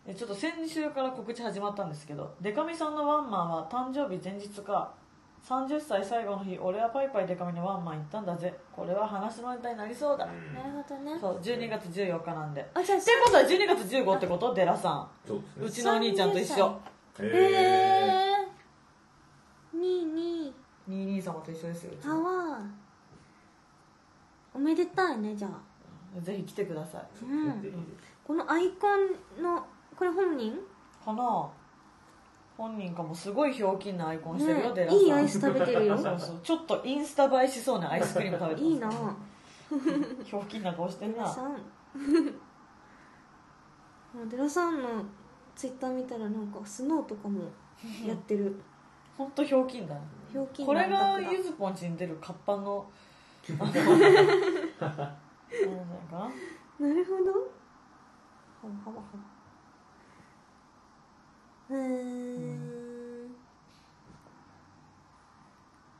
Speaker 2: えちょっと先週から告知始まったんですけどデカミさんのワンマンは誕生日前日か30歳最後の日俺はパイパイデカミのワンマン行ったんだぜこれは話のネタになりそうだ
Speaker 1: なるほどね
Speaker 2: そう12月14日なんでって
Speaker 1: あじゃあ
Speaker 2: ことは12月15ってことデラさ
Speaker 3: そう
Speaker 2: ん
Speaker 3: で
Speaker 2: う
Speaker 3: すね
Speaker 2: ちのお兄ちゃんと一緒
Speaker 1: へえ22
Speaker 2: 22様と一緒ですようち
Speaker 1: ハワおめでたいねじゃあ
Speaker 2: のぜひ来てください
Speaker 1: うん
Speaker 3: ぜひぜ
Speaker 1: このアイコンのこれ本人
Speaker 2: はかな本人かもすごいひょうきんなアイコンしてるよ、
Speaker 1: ね
Speaker 2: デラさん
Speaker 1: いいアイス食べてる
Speaker 2: <laughs>
Speaker 1: よ
Speaker 2: そうそうちょっとインスタ映えしそうなアイスクリーム食べてます
Speaker 1: いいな
Speaker 2: ひょうきんな顔して
Speaker 1: デ
Speaker 2: ん
Speaker 1: ラ
Speaker 2: な
Speaker 1: さんあデラさんのツイッター見たらなんかスノーとかもやってる
Speaker 2: ほんとひょうきんだ
Speaker 1: ひょうきん
Speaker 2: こ
Speaker 1: な
Speaker 2: れ
Speaker 1: んだ
Speaker 2: が
Speaker 1: から
Speaker 2: ゆずぽんちに出るカッパのあ <laughs> のなんだか
Speaker 1: なるほどはわはわはわうーん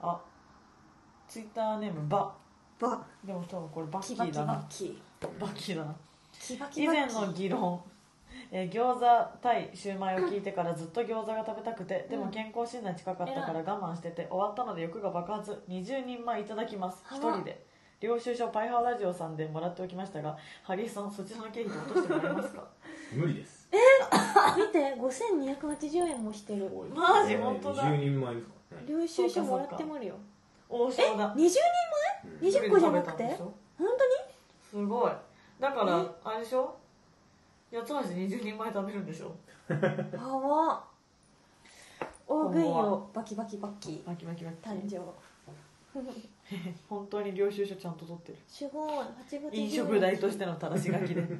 Speaker 2: あツイッターネームバ
Speaker 1: ば
Speaker 2: でも多分これバッキ
Speaker 1: キバ
Speaker 2: ー
Speaker 1: キ
Speaker 2: だな
Speaker 1: バキ
Speaker 2: バッキーだな
Speaker 1: キバキ
Speaker 2: 以
Speaker 1: バキ
Speaker 2: 前の議論えー餃子対シューマイを聞いてからずっと餃子が食べたくてでも健康診断近かったから我慢してて終わったので欲が爆発20人前いただきます
Speaker 1: あ
Speaker 2: 1
Speaker 1: ら
Speaker 2: 人で領収書パイハーラジオさんでもらっておきましたがハリーさんそちらの経費落としてもらえま
Speaker 1: <laughs>
Speaker 2: すか
Speaker 3: 無理です
Speaker 1: 見て5280円もしてる
Speaker 3: 多い
Speaker 2: マジ本当だ
Speaker 3: 20人前ですかね
Speaker 1: 領収書もらってもるよ
Speaker 2: 王将だ
Speaker 1: 20人
Speaker 3: うん
Speaker 1: 前20個じゃなくて
Speaker 2: 一人で食べたんでし
Speaker 1: 本
Speaker 2: ょ
Speaker 1: 当に
Speaker 2: すごいだからあれでしょ八つ橋20人前食べるんでしょ
Speaker 1: あわ大食いをバキバキバキ
Speaker 2: バキバキバキ
Speaker 1: 誕生
Speaker 2: 本当に領収書ちゃんと取ってる
Speaker 1: すごい8月
Speaker 2: 飲食代としての正し書きで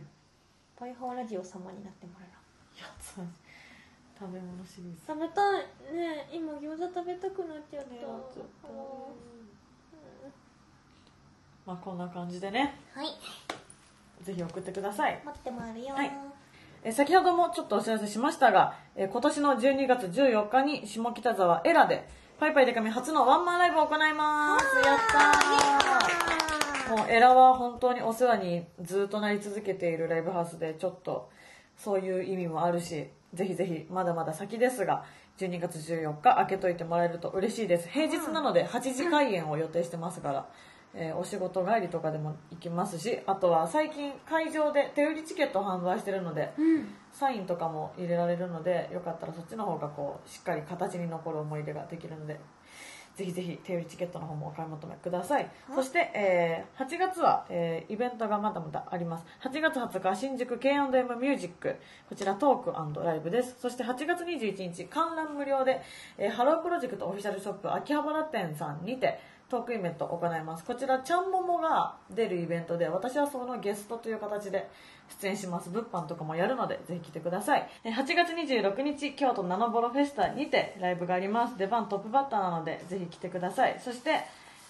Speaker 1: パイハーラジオ様になってもらう
Speaker 2: 八つ橋食べ物シリーズ
Speaker 1: 食べたいねえ今餃子食べたくなっちゃった、
Speaker 2: ねえなっちゃったまあこんな感じでね
Speaker 1: はい
Speaker 2: ぜひ送ってください
Speaker 1: 待ってもらうよ、
Speaker 2: はいえー先ほどもちょっとお知らせしましたが、えー今年の12月14日に下北沢エラでパイパイデカミ初のワンマンライブを行いますやったーもうエラは本当にお世話にずっとなり続けているライブハウスでちょっとそういう意味もあるしぜひぜひまだまだ先ですが12月14日開けといてもらえると嬉しいです平日なので8時開演を予定してますから、えーお仕事帰りとかでも行きますしあとは最近会場で手売りチケットを販売してるので、サインとかも入れられるのでよかったらそっちの方がこうしっかり形に残る思い出ができるのでぜひぜひ手売りチケットの方もお買い求めくださいそして、えー8月は、えーイベントがまだまだあります8月20日新宿 K&M ミュージックこちらトークライブですそして8月21日観覧無料で、えーハロープロジェクトオフィシャルショップ秋葉原店さんにてトークイベントを行いますこちらちゃんももが出るイベントで私はそのゲストという形で出演します物販とかもやるのでぜひ来てくださいえー8月26日京都ナノボロフェスタにてライブがあります出番トップバッターなのでぜひ来てくださいそして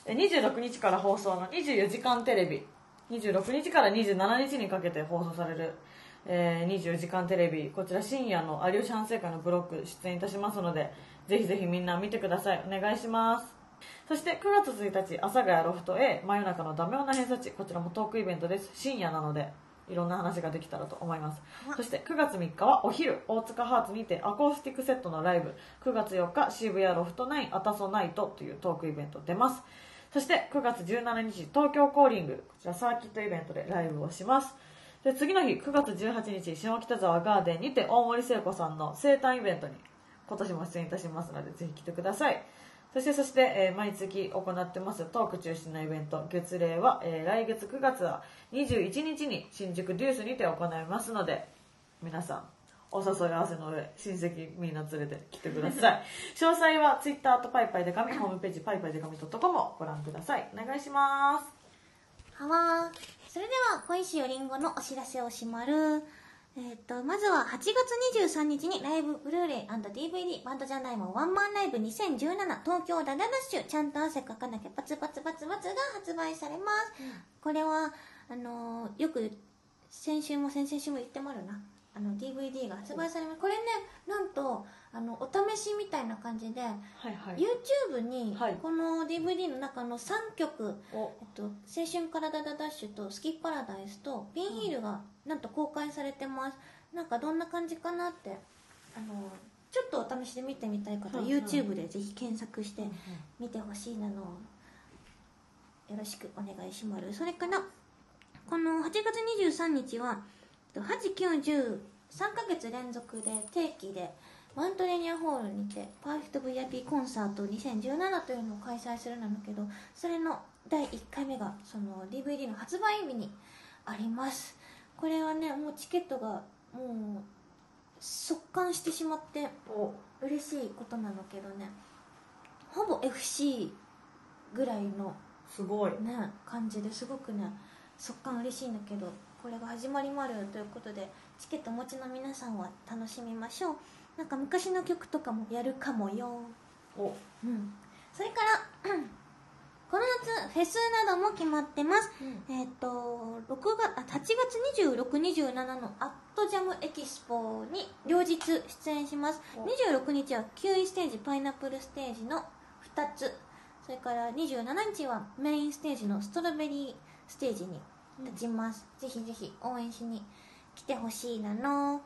Speaker 2: えー26日から放送の24時間テレビ26日から27日にかけて放送される、えー24時間テレビこちら深夜の有吉反省会のブロック出演いたしますのでぜひぜひみんな見てくださいお願いしますそして9月1日、阿佐ヶ谷ロフト A、真夜中のダメ女偏差値、こちらもトークイベントです。深夜なので、いろんな話ができたらと思います。そして9月3日はお昼、大塚ハーツにてアコースティックセットのライブ、9月4日、渋谷ロフト9、アタソナイトというトークイベント出ます。そして9月17日、東京コーリング、こちらサーキットイベントでライブをします。で次の日、9月18日、下北沢ガーデンにて大森聖子さんの生誕イベントに今年も出演いたしますのでぜひ来てくださいそしてそして、えー毎月行ってますトーク中心のイベント月例は、えー来月9月は21日に新宿デュースにて行いますので皆さんお誘い合わせの上親戚みんな連れて来てくださ <laughs> い詳細は Twitter とパイパイでかみホームページパイパイでかみ .com をご覧くださいお願いします
Speaker 4: はわーそれでは小石よりんごのお知らせをしまるえーっとまずは8月23日にライブブルーレイ &DVD バンドジャンダイモンワンマンライブ2017東京ダダダッシュちゃんと汗かかなきゃバツバツバツバツが発売されます、これはあのーよく先週も先々週も言ってもあるなあの DVD が発売されますこれねなんとあのお試しみたいな感じで
Speaker 2: はいはい
Speaker 4: YouTube に
Speaker 2: はい
Speaker 4: この DVD の中の3曲、
Speaker 2: お
Speaker 4: えっと、青春からダダダッシュとスキッパラダイスとピンヒールがなんと公開されてます、なんかどんな感じかなってあのちょっとお試しで見てみたい方、
Speaker 2: うんうん
Speaker 4: YouTube でぜひ検索して見てほしいなのをよろしくお願いしますそれからこの8月23日は8910 3ヶ月連続で定期でマントレニアホールにてパーフェクト VIP コンサート2017というのを開催するなんだけどそれの第1回目がその DVD の発売日にありますこれはねもうチケットがもう
Speaker 1: 速乾してしまって
Speaker 2: お
Speaker 1: 嬉しいことなんだけどねほぼ FC ぐらいの
Speaker 2: すごい
Speaker 1: ね感じですごくね速乾嬉しいんだけどこれが始まりまるということでチケットお持ちの皆さんは楽しみましょうなんか昔の曲とかもやるかもよ
Speaker 2: お
Speaker 1: うんそれから <clears throat> うんこの夏フェスなども決まってます、えっ、と6月あ8月2627の「アットジャムエキスポに両日出演します
Speaker 2: お
Speaker 1: 26日はキウイステージパイナップルステージの2つそれから27日はメインステージのストロベリーステージに立ちます、ぜひぜひ応援しに来てほしいなの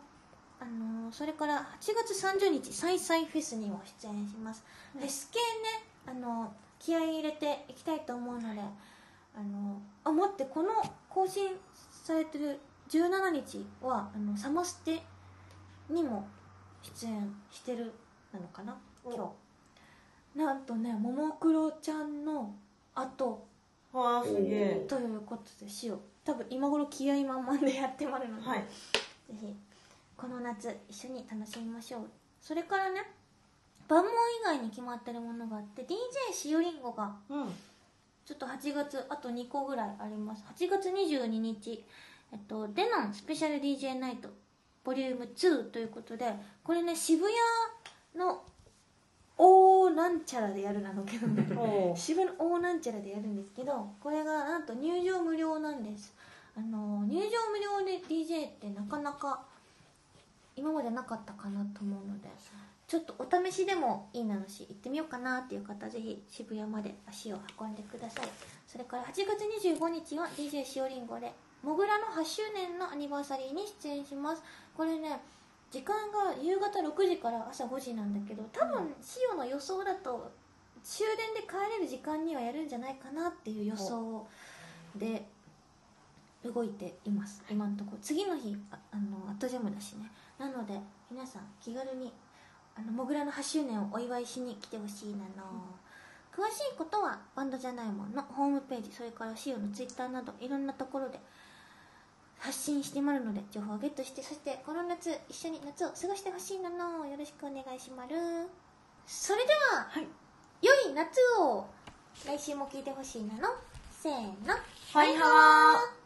Speaker 1: あのーそれから8月30日サイサイフェスにも出演します、フェス系ねあのー気合い入れていきたいと思うのであのーあ待ってこの更新されてる17日はあのサマステにも出演してるなのかな今日なんとねももクロちゃんの後
Speaker 2: わあすげえ
Speaker 1: ということでしよう多分今頃気合い満々でやってまるので、
Speaker 2: はい
Speaker 1: ぜひこの夏一緒に楽しみましょうそれからね万問以外に決まってるものがあって DJ しおりんごが
Speaker 2: うん
Speaker 1: ちょっと8月あと2個ぐらいあります8月22日えっとデノンスペシャル DJ ナイトボリューム2ということでこれね渋谷の大なんちゃらでやるなのけどね
Speaker 2: お
Speaker 1: 渋谷の大なんちゃらでやるんですけどこれがなんと入場無料なんですあの入場無料で DJ ってなかなか今までなかったかなと思うのでちょっとお試しでもいいなのし行ってみようかなっていう方ぜひ渋谷まで足を運んでくださいそれから8月25日は DJ しおりんごでモグラの8周年のアニバーサリーに出演しますこれね時間が夕方6時から朝5時なんだけど多分シオの予想だと終電で帰れる時間にはやるんじゃないかなっていう予想で動いています今のところ次の日ああのアットジャムだしねなので皆さん気軽にあのモグラの8周年をお祝いしに来てほしいなの、詳しいことはバンドじゃないもんのホームページそれからシオのツイッターなどいろんなところで発信してまるので情報をゲットしてそしてこの夏一緒に夏を過ごしてほしいなのよろしくお願いしまるそれでは、
Speaker 2: はい
Speaker 1: 良い夏を来週も聞いてほしいなのせーの
Speaker 2: はいはー